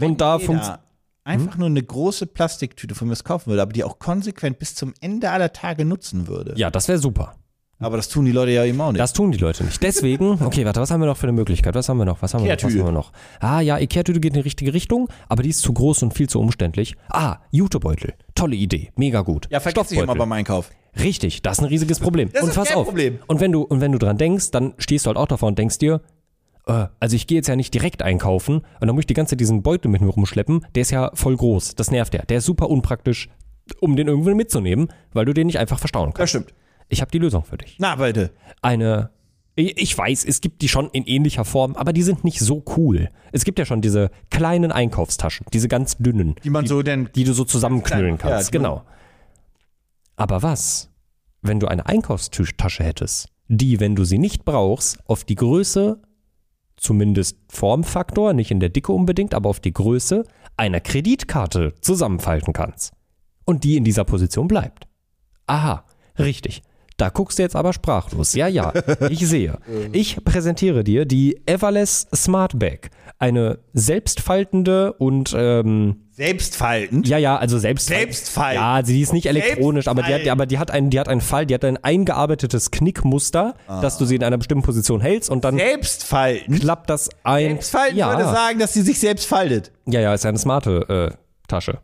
B: und da funktioniert.
C: einfach nur eine große Plastiktüte von mir was kaufen würde, aber die auch konsequent bis zum Ende aller Tage nutzen würde.
B: Ja, das wäre super.
C: Aber das tun die Leute ja eben auch nicht.
B: Das tun die Leute nicht. Deswegen, okay, warte, was haben wir noch für eine Möglichkeit? Was haben wir noch? Was haben wir noch? Was
C: Ikea-Tüte.
B: haben wir noch? Ah ja, Ikea-Tüte geht in die richtige Richtung, aber die ist zu groß und viel zu umständlich. Ah, Jutebeutel. Tolle Idee. Mega gut.
C: ja, vergiss dich immer
B: Stoffbeutel.
C: beim Einkauf.
B: Richtig, das ist ein riesiges Problem.
C: Das
B: und
C: ist
B: pass
C: kein
B: auf.
C: Problem.
B: Und wenn du und wenn du dran denkst, dann stehst du halt auch davor und denkst dir, äh, also ich gehe jetzt ja nicht direkt einkaufen und dann muss ich die ganze Zeit diesen Beutel mit mir rumschleppen. Der ist ja voll groß. Das nervt ja. Der ist super unpraktisch, um den irgendwo mitzunehmen, weil du den nicht einfach verstauen
C: Das
B: kannst.
C: stimmt.
B: Ich habe die Lösung für dich.
C: Na, bitte.
B: Eine ich ich weiß, es gibt die schon in ähnlicher Form, aber die sind nicht so cool. Es gibt ja schon diese kleinen Einkaufstaschen, diese ganz dünnen
C: Die man so denn.
B: die du so zusammenknüllen
C: Klein- ja,
B: kannst.
C: die-
B: genau. Aber was, wenn du eine Einkaufstasche hättest, die, wenn du sie nicht brauchst, auf die Größe, zumindest Formfaktor, nicht in der Dicke unbedingt, aber auf die Größe einer Kreditkarte zusammenfalten kannst. Und die in dieser Position bleibt. Aha, richtig. Da guckst du jetzt aber sprachlos. Ja, ja, ich sehe. Ich präsentiere dir die Everless Smart Bag. Eine selbstfaltende und ähm,
C: Selbstfaltend.
B: ja, ja, also selbst.
C: Selbstfall.
B: Ja, sie ist nicht elektronisch, aber die, hat,
C: Selbstfall.
B: aber die hat einen, die hat einen Fall, die hat ein eingearbeitetes Knickmuster,
C: Ah.
B: dass du sie in einer bestimmten Position hältst und dann
C: Selbstfaltend.
B: klappt das ein.
C: Selbstfalten
B: ja,
C: würde sagen, dass sie sich selbst faltet.
B: ja, ja, ist eine smarte äh, Tasche.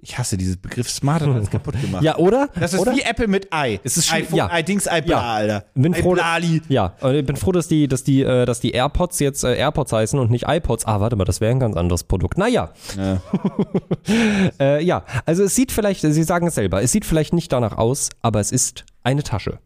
C: Ich hasse dieses Begriff smart, hat alles kaputt gemacht.
B: Ja, oder?
C: Das ist
B: oder?
C: wie Apple mit Ei.
B: Es ist schli-
C: iPhone,
B: ja.
C: Ei, Dings, Ei, bla,
B: Ja.
C: Alter.
B: bin
C: Ei,
B: froh,
C: Blali.
B: ja, und ich bin froh, dass die, dass die, äh, dass die AirPods jetzt äh, AirPods heißen und nicht iPods. Ah, warte mal, das wäre ein ganz anderes Produkt. Naja. Ja. äh, ja, also es sieht vielleicht, Sie sagen es selber, es sieht vielleicht nicht danach aus, aber es ist eine Tasche.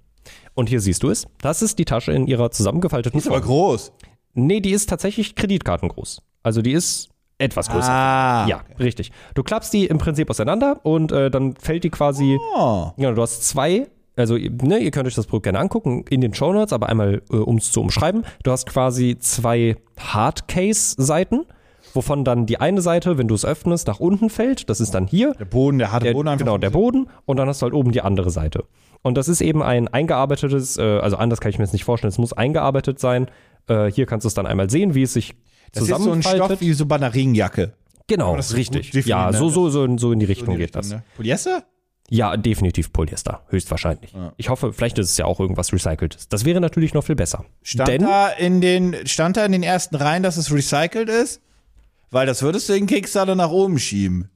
B: Und hier siehst du es. Das ist die Tasche in ihrer zusammengefalteten
C: Aber
B: Form.
C: groß.
B: Nee, die ist tatsächlich kreditkartengroß. Also die ist etwas größer.
C: Ah.
B: Ja, richtig. Du klappst die im Prinzip auseinander und äh, dann fällt die quasi.
C: Ah.
B: Ja, du hast zwei. Also, ne, ihr könnt euch das Produkt gerne angucken in den Shownotes, aber einmal, äh, um es zu umschreiben. Du hast quasi zwei Hardcase-Seiten, wovon dann die eine Seite, wenn du es öffnest, nach unten fällt. Das ist dann hier.
C: Der Boden, der harte
B: Der,
C: Boden einfach.
B: genau, der Boden und dann hast du halt oben die andere Seite. Und das ist eben ein eingearbeitetes, äh, also anders kann ich mir das nicht vorstellen, es muss eingearbeitet sein. Äh, hier kannst du es dann einmal sehen, wie es sich
C: Das ist so ein
B: zusammenfaltet.
C: Stoff wie so Banarinenjacke.
B: Genau,
C: das ist
B: richtig.
C: gut definiert,
B: Ja,
C: ne?
B: so, so, so, in- so in die Richtung geht das.
C: Ne? Polyester?
B: Ja, definitiv Polyester, höchstwahrscheinlich. Ich hoffe, vielleicht ist es ja auch irgendwas Recyceltes. Das wäre natürlich noch viel besser.
C: Stand,
B: Denn,
C: da in den, stand da in den ersten Reihen, dass es recycelt ist? Weil das würdest du den Kickstarter nach oben schieben.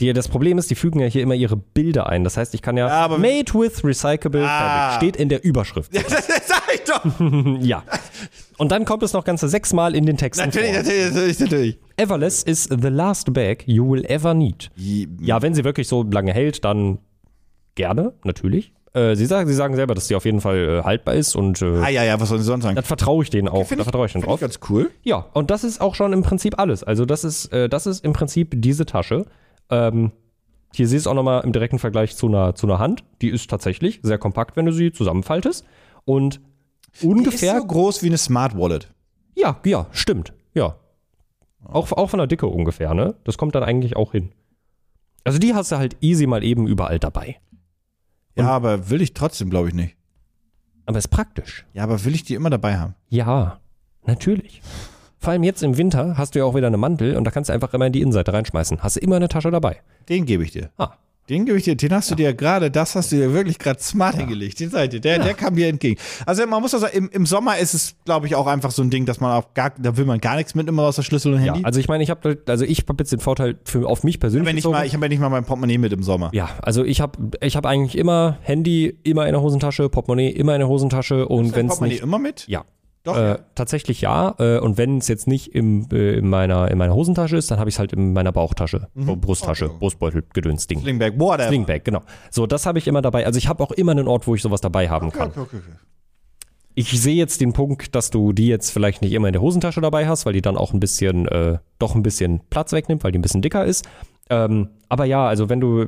B: die, das Problem ist, die fügen ja hier immer ihre Bilder ein. Das heißt, ich kann ja,
C: Ja, aber-
B: Made with Recyclable
C: Ah.
B: Fabric steht in der Überschrift.
C: Das sag ich doch.
B: ja. Und dann kommt es noch ganze sechsmal in den Texten
C: Natürlich,
B: vor.
C: natürlich, natürlich, natürlich.
B: Everless is the last bag you will ever need.
C: Ja.
B: Ja, wenn sie wirklich so lange hält, dann gerne, natürlich. Äh, sie, sagen, sie sagen selber, dass sie auf jeden Fall äh, haltbar ist und äh,
C: Ah, ja, ja, was sollen sie sonst sagen?
B: das vertraue ich denen auch. da vertraue ich denen
C: Finde
B: drauf.
C: ich ganz cool.
B: Ja, und das ist auch schon im Prinzip alles. Also das ist, äh, das ist im Prinzip diese Tasche. Ähm, hier siehst du auch nochmal im direkten Vergleich zu einer, zu einer Hand. Die ist tatsächlich sehr kompakt, wenn du sie zusammenfaltest. Und
C: Die
B: ungefähr.
C: Ist so groß wie eine Smart Wallet.
B: ja, ja, stimmt. Ja. Auch, auch von der Dicke ungefähr, ne? Das kommt dann eigentlich auch hin. Also die hast du halt easy mal eben überall dabei.
C: Ja, aber will ich trotzdem, glaube ich, nicht.
B: Aber ist praktisch.
C: Ja, aber will ich die immer dabei haben?
B: Ja, natürlich. Vor allem jetzt im Winter hast du ja auch wieder eine Mantel und da kannst du einfach immer in die Innenseite reinschmeißen. Hast du immer eine Tasche dabei.
C: Den gebe ich dir.
B: Ah,
C: Den gebe ich dir, den hast du dir gerade, das hast du dir wirklich gerade smart hingelegt. Den seid ihr, der, der kam mir entgegen. Also man muss auch sagen, im, im Sommer ist es, glaube ich, auch einfach so ein Ding, dass man auch gar, da will man gar nichts mitnehmen außer Schlüssel und
B: Ja,
C: Handy.
B: also ich meine, ich habe also ich habe jetzt den Vorteil für auf mich persönlich.
C: wenn ich
B: bezogen.
C: mal, ich habe ja nicht mal mein Portemonnaie mit im Sommer.
B: ja, also ich habe ich habe eigentlich immer Handy immer in der Hosentasche, Portemonnaie immer in der Hosentasche und wenn es
C: Portemonnaie
B: nicht
C: immer mit?
B: ja,
C: Doch.
B: äh, tatsächlich ja äh, und wenn es jetzt nicht im, äh, in meiner in meiner Hosentasche ist, dann habe ich es halt in meiner Bauchtasche,
C: Mhm.
B: so Brusttasche, Brustbeutel, Gedöns Ding.
C: Slingback, whatever.
B: Slingbag, genau. So, das habe ich immer dabei. Also ich habe auch immer einen Ort, wo ich sowas dabei haben kann.
C: Okay, okay, okay.
B: Ich sehe jetzt den Punkt, dass du die jetzt vielleicht nicht immer in der Hosentasche dabei hast, weil die dann auch ein bisschen, äh, doch ein bisschen Platz wegnimmt, weil die ein bisschen dicker ist. Ähm, aber ja, also wenn du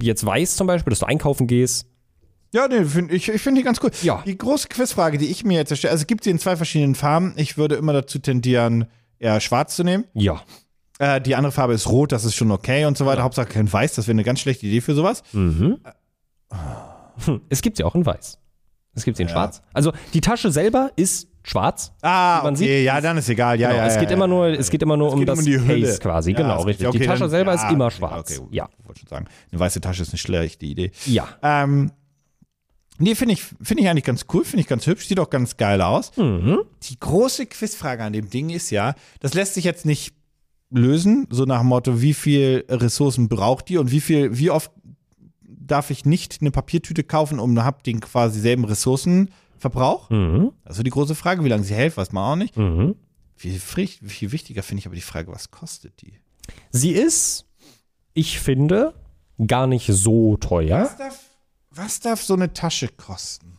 B: jetzt weißt zum Beispiel, dass du einkaufen gehst,
C: Ja, nee, find, ich, ich finde die ganz cool.
B: Ja.
C: Die große Quizfrage, die ich mir jetzt erstelle, also es gibt sie in zwei verschiedenen Farben. Ich würde immer dazu tendieren, eher schwarz zu nehmen.
B: ja,
C: Äh, die andere Farbe ist rot, das ist schon okay und so weiter. Hauptsache kein Weiß, das wäre eine ganz schlechte Idee für sowas. Mhm.
B: Äh. hm, es gibt sie auch in weiß. Es gibt sie in schwarz. Also die Tasche selber ist schwarz.
C: Ah,
B: Wie man
C: okay,
B: sieht,
C: ja, dann ist egal. Ja,
B: Genau,
C: ja,
B: es geht
C: ja,
B: immer
C: ja.
B: nur, es geht immer nur um
C: geht
B: das
C: um die Hülle.
B: Case quasi,
C: Ja,
B: genau,
C: ist
B: richtig.
C: okay,
B: die Tasche
C: dann-
B: selber ist
C: ja,
B: immer
C: okay,
B: schwarz.
C: okay,
B: Ja,
C: Wollte schon sagen. Eine weiße Tasche ist eine schlechte Idee.
B: ja.
C: Ähm, nee, finde ich, finde ich eigentlich ganz cool, finde ich ganz hübsch, sieht auch ganz geil aus.
B: Mhm.
C: Die große Quizfrage an dem Ding ist ja, das lässt sich jetzt nicht lösen, so nach dem Motto, wie viel Ressourcen braucht die und wie viel, wie oft darf ich nicht eine Papiertüte kaufen, um hab den quasi selben Ressourcenverbrauch?
B: Mhm.
C: Also die große Frage, wie lange sie hält, weiß man auch nicht.
B: Mhm.
C: Viel, frisch- viel wichtiger finde ich aber die Frage, was kostet die?
B: Sie ist, ich finde, gar nicht so teuer.
C: Was darf, was darf so eine Tasche kosten?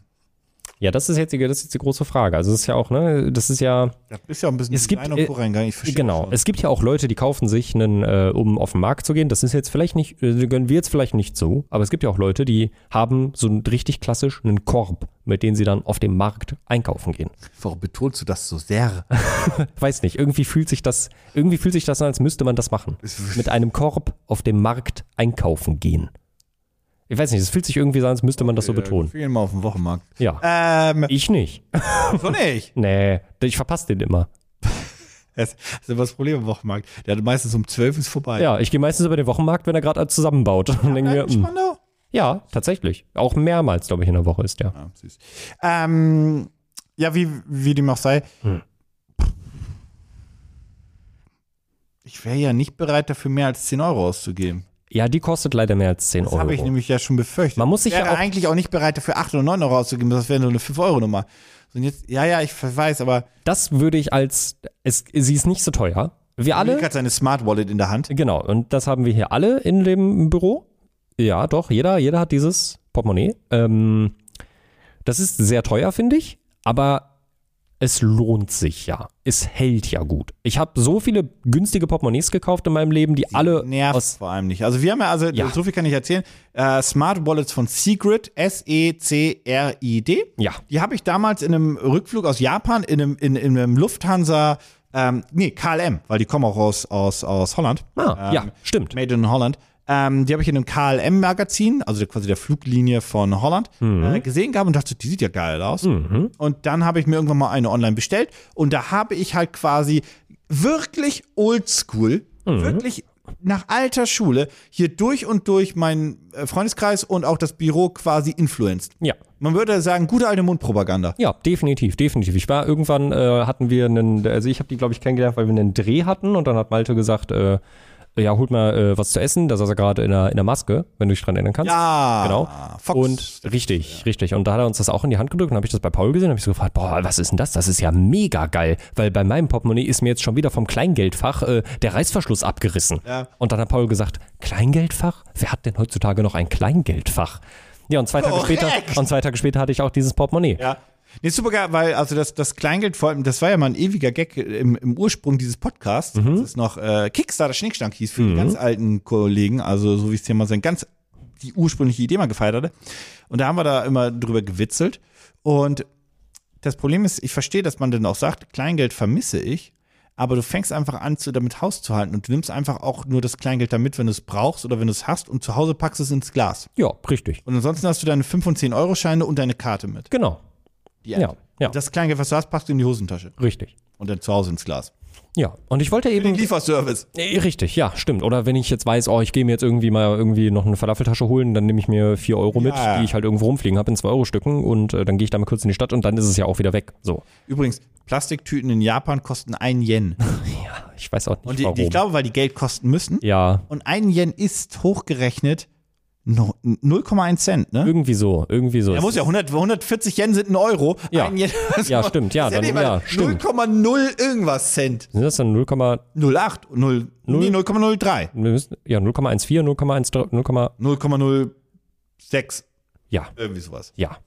B: Ja, das ist jetzt die, das ist jetzt die große Frage. Also es ist ja auch, ne, das ist ja,
C: Das ist ja ein bisschen
B: Es gibt,
C: Design- und
B: äh,
C: Koreingang, ich verstehe
B: genau.
C: schon.
B: Es gibt ja auch Leute, die kaufen sich einen, äh, um auf den Markt zu gehen. Das ist jetzt vielleicht nicht, äh, gönnen wir jetzt vielleicht nicht so, aber es gibt ja auch Leute, die haben so einen richtig klassisch einen Korb, mit dem sie dann auf dem Markt einkaufen gehen.
C: Warum betonst du das so sehr?
B: Weiß nicht, irgendwie fühlt sich das, irgendwie fühlt sich das an, als müsste man das machen. Mit einem Korb auf dem Markt einkaufen gehen. Ich weiß nicht, es fühlt sich irgendwie so an, als müsste man das so betonen.
C: Viel mal auf dem Wochenmarkt.
B: Ja.
C: Ähm,
B: Ich nicht.
C: so nicht.
B: Nee, ich verpasse den immer.
C: Das das ist immer das Problem am Wochenmarkt. Der hat meistens um 12 ist vorbei.
B: Ja, ich gehe meistens über den Wochenmarkt, wenn er gerade alles zusammenbaut. Und denke mir,
C: Nein,
B: hm,
C: Spandau.
B: ja, tatsächlich. Auch mehrmals, glaube ich, in der Woche ist der.
C: Ah, süß. Ähm, ja, wie, wie dem auch sei.
B: Hm.
C: Ich wäre ja nicht bereit, dafür mehr als 10 Euro auszugeben.
B: Ja, die kostet leider mehr als 10
C: Das
B: Euro.
C: habe ich nämlich ja schon befürchtet.
B: Man muss sich
C: ich wäre
B: ja auch-
C: eigentlich auch nicht bereit, dafür 8 oder 9 Euro auszugeben. Das wäre nur eine 5-Euro-Nummer. Und jetzt, ja, ja, ich weiß, aber
B: das würde ich als, es, sie ist nicht so teuer. Wir alle,
C: Nick hat seine Smart Wallet in der Hand.
B: genau, und das haben wir hier alle in dem Büro. Ja, doch, jeder, jeder hat dieses Portemonnaie. Ähm, das ist sehr teuer, finde ich, aber es lohnt sich ja. Es hält ja gut. Ich habe so viele günstige Portemonnaies gekauft in meinem Leben, die alle
C: nervt
B: aus
C: vor allem nicht. Also wir haben ja, also
B: Ja.
C: so viel kann ich erzählen, äh, Smart Wallets von Secret, E S-E-C-R-I-D.
B: Ja.
C: Die habe ich damals in einem Rückflug aus Japan, in einem, in, in einem Lufthansa, ähm, nee, KLM, weil die kommen auch aus, aus, aus Holland.
B: Ah,
C: ähm,
B: ja, stimmt.
C: Made in Holland. Ähm, die habe ich in einem KLM-Magazin, also quasi der Fluglinie von Holland,
B: Mhm.
C: äh, gesehen gehabt und dachte, die sieht ja geil aus. Und dann habe ich mir irgendwann mal eine online bestellt und da habe ich halt quasi wirklich oldschool,
B: Mhm.
C: wirklich nach alter Schule hier durch und durch meinen äh, Freundeskreis und auch das Büro quasi influenced.
B: Ja.
C: Man würde sagen, gute alte Mundpropaganda.
B: Ja, definitiv, definitiv. Ich war irgendwann, äh, hatten wir einen, also ich habe die, glaube ich, kennengelernt, weil wir einen Dreh hatten und dann hat Malte gesagt, äh, ja, holt mal äh, was zu essen. Da saß er gerade in der, in der Maske, wenn du dich dran erinnern kannst.
C: Ja,
B: genau.
C: Fox.
B: Und richtig, richtig. Und da hat er uns das auch in die Hand gedrückt und habe ich das bei Paul gesehen und habe ich so gefragt, boah, was ist denn das? Das ist ja mega geil, weil bei meinem Portemonnaie ist mir jetzt schon wieder vom Kleingeldfach äh, der Reißverschluss abgerissen.
C: Ja.
B: Und dann hat Paul gesagt, Kleingeldfach? Wer hat denn heutzutage noch ein Kleingeldfach? Ja, und zwei Tage,
C: Korrekt.
B: später, und zwei Tage später hatte ich auch dieses Portemonnaie.
C: Ja. Nee, super geil, weil also das, das Kleingeld vor allem, das war ja mal ein ewiger Gag äh, im, im Ursprung dieses Podcasts, als es noch äh, Kickstarter Schnickschnack hieß für die ganz alten Kollegen, also so wie es hier mal sein, ganz die ursprüngliche Idee mal gefeiert hatte. Und da haben wir da immer drüber gewitzelt. Und das Problem ist, ich verstehe, dass man dann auch sagt, Kleingeld vermisse ich, aber du fängst einfach an, zu, damit Haus zu halten und du nimmst einfach auch nur das Kleingeld damit, wenn du es brauchst oder wenn du es hast und zu Hause packst es ins Glas.
B: ja richtig.
C: Und ansonsten hast du deine 5 und 10 Euro Scheine und deine Karte mit.
B: Genau.
C: Die
B: Ja,
C: App.
B: ja.
C: Das Kleingeld, was du hast, packst du in die Hosentasche
B: Richtig.
C: und dann zu Hause ins Glas.
B: Ja, und ich wollte eben.
C: Lieferservice.
B: Äh, Richtig, ja, stimmt. Oder wenn ich jetzt weiß, oh, ich gehe mir jetzt irgendwie mal irgendwie noch eine Falafeltasche holen, dann nehme ich mir vier Euro mit,
C: Ja.
B: die ich halt irgendwo rumfliegen habe in zwei Euro Stücken und äh, dann gehe ich damit kurz in die Stadt und dann ist es ja auch wieder weg. So.
C: Übrigens, Plastiktüten in Japan kosten einen Yen.
B: Ja, ich weiß auch nicht
C: Und die,
B: warum.
C: die, ich glaube, weil die Geld kosten müssen.
B: ja,
C: Und ein Yen ist hochgerechnet no- 0,1 Cent, ne?
B: irgendwie so, irgendwie so.
C: Er muss ja 100, 140 Yen sind ein Euro.
B: Ja.
C: ein Yen,
B: Ja, stimmt, ja,
C: Das ist
B: dann-
C: nicht mal
B: ja, stimmt.
C: 0,0 irgendwas Cent.
B: Sind das dann 0, wir
C: 0,8, 0, nee, 0,03.
B: müssen, ja 0,14, 0,13, 0,
C: 0,06,
B: ja,
C: irgendwie sowas.
B: ja.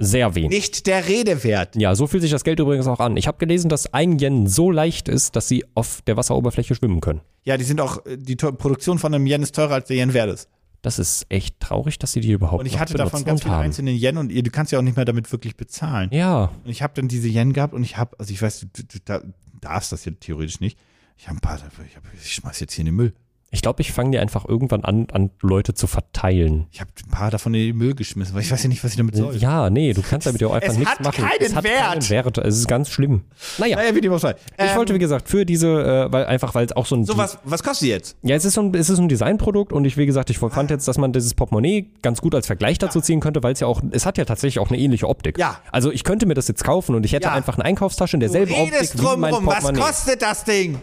B: Sehr wenig.
C: Nicht der Rede wert.
B: Ja, so fühlt sich das Geld übrigens auch an. Ich habe gelesen, dass ein Yen so leicht ist, dass sie auf der Wasseroberfläche schwimmen können.
C: Ja, die sind auch, äh, die teu- Produktion von einem Yen ist teurer als der Yen wert ist.
B: Das ist echt traurig, dass sie die überhaupt
C: Und ich
B: noch
C: hatte
B: benutzt
C: davon ganz
B: und
C: viele
B: haben.
C: einzelne Yen und ihr, du kannst ja auch nicht mehr damit wirklich bezahlen.
B: Ja,
C: Und ich habe dann diese Yen gehabt und ich habe, also ich weiß, du, du, du da- darfst das ja theoretisch nicht. Ich habe ein paar, ich, hab, ich schmeiß jetzt hier in den Müll.
B: Ich glaube, ich fange die einfach irgendwann an, an Leute zu verteilen.
C: Ich habe ein paar davon in den Müll geschmissen, weil ich weiß ja nicht, was ich damit soll.
B: Ja, nee, du kannst damit ja auch einfach
C: Es
B: nichts
C: hat
B: machen.
C: keinen
B: es hat keinen
C: Wert.
B: Wert. Es ist ganz schlimm. Naja,
C: Naja, ähm, wie dem auch sei. Ähm,
B: ich wollte, wie gesagt, für diese, äh, weil einfach, weil es auch so ein.
C: So, was, was kostet die jetzt?
B: Ja, es ist so ein, es ist ein Designprodukt und ich, wie gesagt, ich
C: Ah.
B: fand jetzt, dass man dieses Portemonnaie ganz gut als Vergleich dazu ziehen könnte, weil es ja auch, es hat ja tatsächlich auch eine ähnliche Optik.
C: Ja.
B: Also ich könnte mir das jetzt kaufen und ich hätte
C: Ja.
B: einfach eine Einkaufstasche in derselben Optik wie mein
C: rum. Was
B: Portemonnaie.
C: kostet das Ding?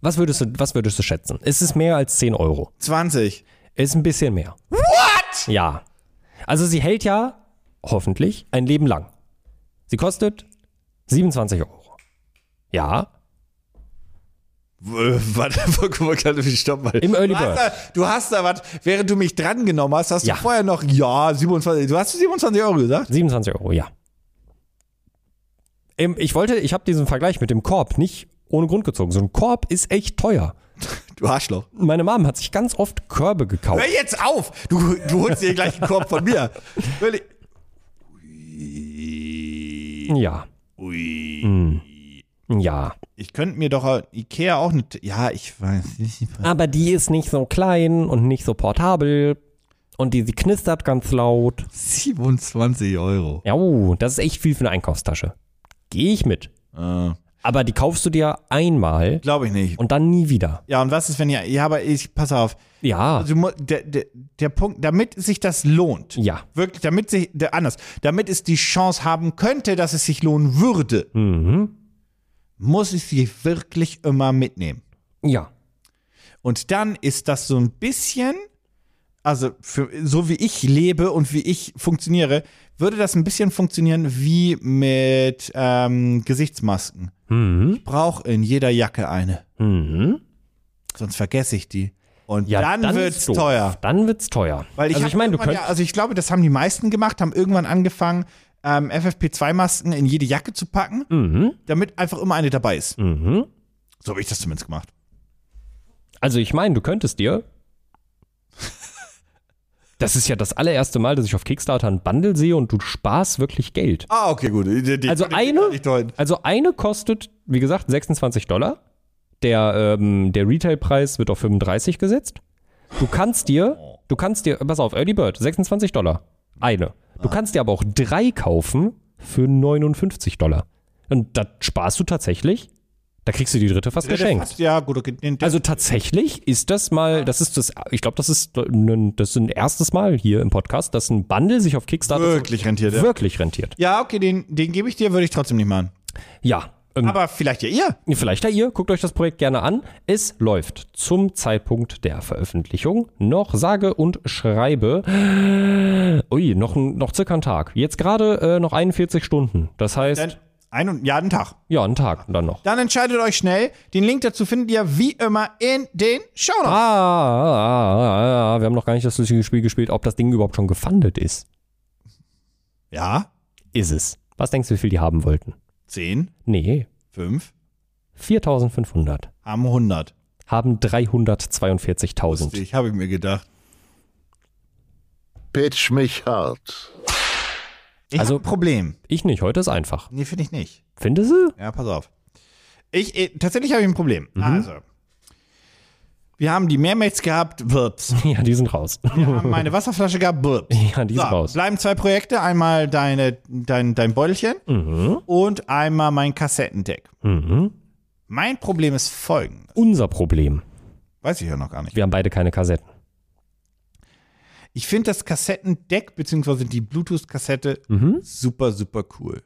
B: was, würdest du, was würdest du schätzen? Ist es mehr als 10 Euro?
C: 20.
B: Ist ein bisschen mehr.
C: What?
B: Ja. Also sie hält ja, hoffentlich, ein Leben lang. Sie kostet 27 Euro. Ja,
C: Warte, warte, warte, stopp mal.
B: Im Early
C: du hast, da, du hast da was, während du mich dran genommen hast, hast
B: Ja.
C: du vorher noch, ja, 27, du hast 27 Euro gesagt?
B: 27 Euro, ja. Ähm, Ich wollte, ich habe diesen Vergleich mit dem Korb nicht ohne Grund gezogen. So ein Korb ist echt teuer.
C: Du Arschloch.
B: Meine Mom hat sich ganz oft Körbe gekauft.
C: Hör jetzt auf! Du, du holst dir gleich einen Korb von mir. Wirklich.
B: Ja,
C: Ui.
B: ja.
C: Ich könnte mir doch äh, Ikea auch eine. T- Ja, ich weiß nicht.
B: Aber die ist nicht so klein und nicht so portabel. Und die, sie knistert ganz laut.
C: 27 Euro.
B: Ja, oh, das ist echt viel für eine Einkaufstasche. Gehe ich mit.
C: Äh,
B: Aber die kaufst du dir einmal
C: Glaube ich nicht.
B: und dann nie wieder.
C: Ja, und was ist, wenn ja. Ja, aber ich, pass auf.
B: Ja,
C: Also, mu- der, der, der Punkt, damit sich das lohnt.
B: Ja.
C: Wirklich, damit sich, der, anders, damit es die Chance haben könnte, dass es sich lohnen würde,
B: Mhm.
C: muss ich sie wirklich immer mitnehmen.
B: ja.
C: Und dann ist das so ein bisschen, also für, so wie ich lebe und wie ich funktioniere, würde das ein bisschen funktionieren wie mit ähm, Gesichtsmasken. Ich brauche in jeder Jacke eine,
B: Mhm.
C: sonst vergesse ich die. Und
B: ja
C: dann, wird's
B: ist doof.
C: teuer.
B: Dann wird's teuer.
C: Weil ich
B: also
C: hab
B: ich meine, du
C: irgendwann
B: könntest.
C: ja, also ich glaube, das haben die meisten gemacht, haben irgendwann angefangen, ähm, FFP2-Masken in jede Jacke zu packen,
B: Mhm.
C: damit einfach immer eine dabei ist.
B: Mhm.
C: So habe ich das zumindest gemacht.
B: Also ich meine, du könntest dir. Das ist ja das allererste Mal, dass ich auf Kickstarter ein Bundle sehe und du sparst wirklich Geld.
C: Ah, okay, gut. Die- die-
B: Also
C: die- die-
B: eine?
C: die- die-
B: Also eine kostet, wie gesagt, 26 Dollar. Der, ähm, der Retailpreis wird auf 35 gesetzt. Du kannst dir, du kannst dir, pass auf, Early Bird, 26 Dollar. Eine. Du kannst dir aber auch drei kaufen für 59 Dollar. Und da sparst du tatsächlich, da kriegst du die dritte fast geschenkt.
C: Ja, gut, okay. Den- den-
B: Also tatsächlich ist das mal, das ist das, ich glaube, das ist ein, das ist ein erstes Mal hier im Podcast, dass ein Bundle sich auf Kickstarter
C: Wirklich rentiert, ja.
B: wirklich rentiert.
C: Ja, okay, den, den gebe ich dir, würde ich trotzdem nicht machen.
B: Ja, ähm,
C: Aber vielleicht ja ihr.
B: vielleicht ja ihr, guckt euch das Projekt gerne an. Es läuft zum Zeitpunkt der Veröffentlichung noch sage und schreibe, ui, noch, ein- noch circa einen Tag. Jetzt gerade äh, noch 41 Stunden. Das heißt,
C: Dann ein und ja, einen Tag.
B: ja, einen Tag dann noch.
C: Dann entscheidet euch schnell. Den Link dazu findet ihr wie immer in den
B: Ah,
C: Shownotes.
B: ah, ah, ah, wir haben noch gar nicht das lustige Spiel gespielt, ob das Ding überhaupt schon gefundet ist.
C: Ja,
B: Ist es. Was denkst du, wie viel die haben wollten?
C: 10,
B: Nee,
C: 5,
B: 4500
C: haben 100.
B: haben 342.000.
C: Ich habe ich mir gedacht.
A: Pitch mich hart.
C: Ich
B: Also-
C: also, hab ein Problem.
B: Ich nicht, heute ist einfach.
C: Nee, finde ich nicht.
B: Finde sie?
C: Ja, pass auf. Ich, äh, tatsächlich habe ich ein Problem.
B: Mhm.
C: Also, wir haben die Mermaids gehabt, Wirps.
B: Ja, die sind raus.
C: Wir haben meine Wasserflasche gehabt, Wirps.
B: Ja, die ist raus.
C: Bleiben zwei Projekte. Einmal deine, dein, dein Beutelchen
B: Mhm.
C: und einmal mein Kassettendeck. Mein Problem ist folgendes.
B: Unser Problem.
C: Weiß ich ja noch gar nicht.
B: Wir haben beide keine Kassetten.
C: Ich finde das Kassettendeck bzw. die Bluetooth-Kassette super, super cool.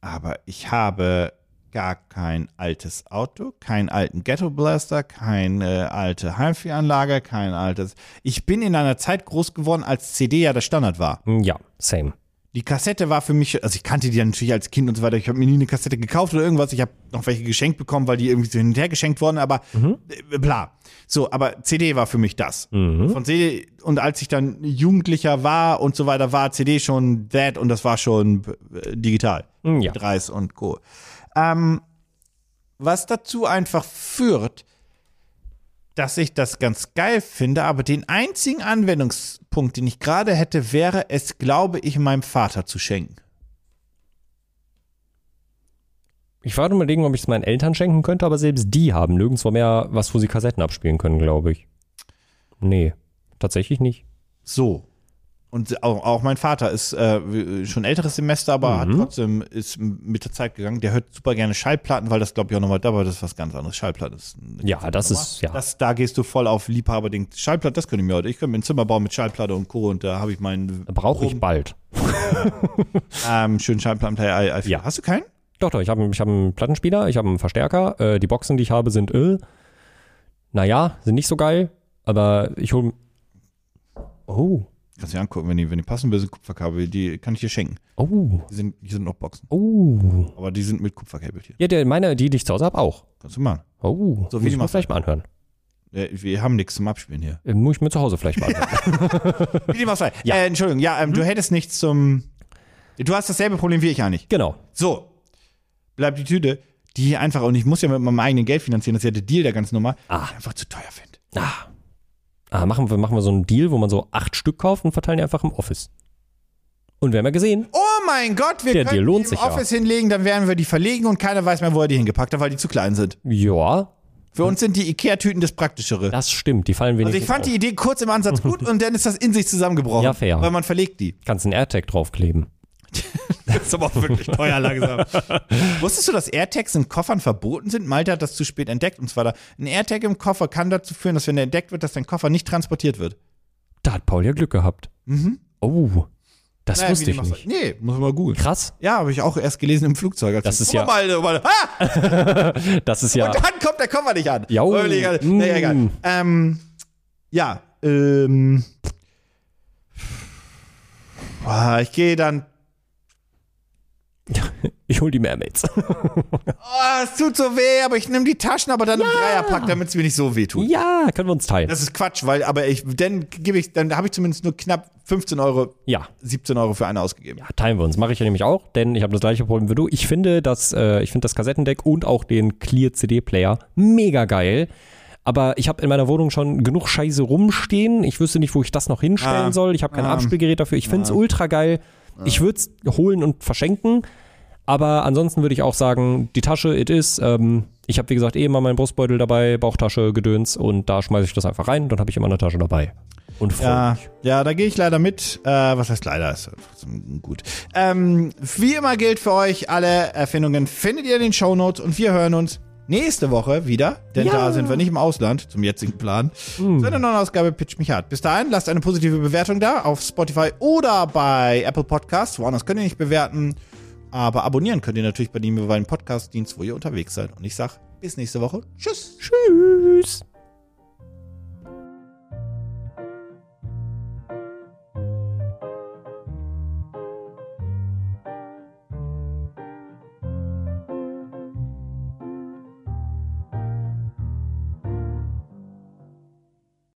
C: Aber ich habe gar kein altes Auto, keinen alten Ghetto Blaster, keine äh, alte Heimfiehanlage, kein altes. Ich bin in einer Zeit groß geworden, als CD ja der Standard war.
B: Ja, same.
C: Die Kassette war für mich, also ich kannte die ja natürlich als Kind und so weiter. Ich habe mir nie eine Kassette gekauft oder irgendwas. Ich habe noch welche geschenkt bekommen, weil die irgendwie so hinterher geschenkt wurden, aber äh, bla. So, aber CD war für mich das. Von CD und als ich dann Jugendlicher war und so weiter, war CD schon that und das war schon äh, digital.
B: Ja.
C: Dreis und Co. Ähm, was dazu einfach führt, dass ich das ganz geil finde, aber den einzigen Anwendungspunkt, den ich gerade hätte, wäre es, glaube ich, meinem Vater zu schenken.
B: Ich war am überlegen, ob ich es meinen Eltern schenken könnte, aber selbst die haben nirgendwo mehr was, wo sie Kassetten abspielen können, glaube ich. Nee, tatsächlich nicht.
C: So. Und auch, auch mein Vater ist äh, schon älteres Semester, aber
B: Mhm.
C: hat trotzdem ist mit der Zeit gegangen. Der hört super gerne Schallplatten, weil das glaube ich auch nochmal dabei, das ist was ganz anderes. Schallplatten ist. eine
B: Ja,
C: ganz
B: das
C: andere
B: ist-
C: Nummer.
B: ja.
C: Das, da gehst du voll auf Liebhaberding. Schallplatte, das könnte ich mir heute. Ich könnte mir ein Zimmer bauen mit Schallplatte und Co. Und da habe ich meinen
B: Brauche ich
C: groben,
B: bald.
C: ähm, schönen Schallplattenplayer.
B: Ja.
C: Hast du keinen?
B: Doch, doch, ich habe ich hab einen Plattenspieler, ich habe einen Verstärker. Äh, die Boxen, die ich habe, sind, äh, naja, sind nicht so geil, aber ich hole. Oh,
C: Kannst du dir angucken, wenn die, wenn die passen will, sind Kupferkabel. Die kann ich dir schenken.
B: oh,
C: Die sind, die sind noch Boxen.
B: oh.
C: Aber die sind mit Kupferkabel hier.
B: Ja, der, meine, die, die ich zu Hause habe, auch.
C: Kannst du machen.
B: Oh, muss
C: So, wie die
B: ich mir
C: machen.
B: vielleicht mal anhören.
C: Äh, Wir haben nichts zum Abspielen hier.
B: Äh, Muss ich mir zu Hause vielleicht mal anhören.
C: Wie dem auch sei. Äh, Entschuldigung, ja, ähm,
B: Hm?
C: du hättest nichts zum. Du hast dasselbe Problem wie ich eigentlich.
B: genau.
C: So, bleibt die Tüte, die einfach, und ich muss ja mit meinem eigenen Geld finanzieren, das ist ja der Deal der ganzen Nummer, ah. einfach zu teuer finde.
B: Ah. Ah, machen wir, machen wir so einen Deal, wo man so acht Stück kauft und verteilen die einfach im Office. Und wir haben ja gesehen,
C: Oh mein Gott, wir
B: Der
C: können
B: Deal lohnt
C: die im
B: sich ja.
C: Office hinlegen, dann werden wir die verlegen und keiner weiß mehr, wo er die hingepackt hat, weil die zu klein sind.
B: ja, Hm?
C: Für uns sind die Ikea-Tüten das Praktischere.
B: das stimmt, die fallen
C: Also
B: wenigstens
C: ich fand
B: auf.
C: die Idee kurz im Ansatz gut und dann ist das in sich zusammengebrochen.
B: Ja, fair.
C: Weil man verlegt die.
B: Kannst einen AirTag draufkleben.
C: Das ist aber auch wirklich teuer langsam. Wusstest du, dass AirTags in Koffern verboten sind? Malte hat das zu spät entdeckt. Und zwar da, ein AirTag im Koffer kann dazu führen, dass wenn er entdeckt wird, dass dein Koffer nicht transportiert wird.
B: Da hat Paul ja Glück gehabt. Oh, das
C: Mhm. Naja, wie
B: wusste
C: dem
B: ich
C: auch sei.
B: nicht.
C: Nee, muss man mal googeln.
B: Krass,
C: Ja, habe ich auch erst gelesen im Flugzeug. Als
B: Das
C: ich-
B: ist
C: Guck
B: ja-
C: Mal, mal, ah,
B: das ist ja,
C: Und dann kommt der Koffer nicht an.
B: Jau.
C: Völlig egal. Naja, egal.
B: oh. Mm.
C: Ähm, ja, ähm. Boah, Ich gehe dann.
B: ich hol die Mermaids.
C: Oh, es tut so weh, aber ich nehme die Taschen, aber dann im Dreierpack, damit es mir nicht so weh tut.
B: ja, können wir uns teilen.
C: Das ist Quatsch, weil aber ich dann gebe ich dann habe ich zumindest nur knapp 15 Euro,
B: ja.
C: 17 Euro für eine ausgegeben.
B: Ja, teilen wir uns. Mache ich ja nämlich auch, denn ich habe das gleiche Problem wie du. Ich finde das, äh, ich finde das Kassettendeck und auch den Clear CD-Player mega geil. Aber ich habe in meiner Wohnung schon genug Scheiße rumstehen. Ich wüsste nicht, wo ich das noch hinstellen
C: Ah.
B: soll. Ich habe kein Abspielgerät dafür. Ich finde es ultra geil. Ich würde es holen und verschenken. Aber ansonsten würde ich auch sagen, die Tasche, it is. Ähm, ich habe, wie gesagt, eh immer meinen Brustbeutel dabei, Bauchtasche, Gedöns und da schmeiße ich das einfach rein. Dann habe ich immer eine Tasche dabei. Und freue
C: Ja,
B: mich.
C: ja, da gehe ich leider mit. Äh, was heißt leider? Ist trotzdem gut. Ähm, wie immer gilt für euch, alle Erfindungen findet ihr in den Shownotes und wir hören uns nächste Woche wieder, denn da sind wir nicht im Ausland, zum jetzigen Plan, zu einer neuen Ausgabe Pitch mich hart. Bis dahin, lasst eine positive Bewertung da auf Spotify oder bei Apple Podcasts. Woanders könnt ihr nicht bewerten, aber abonnieren könnt ihr natürlich bei dem jeweiligen Podcast-Dienst, wo ihr unterwegs seid. Und ich sag bis nächste Woche. Tschüss.
B: Tschüss.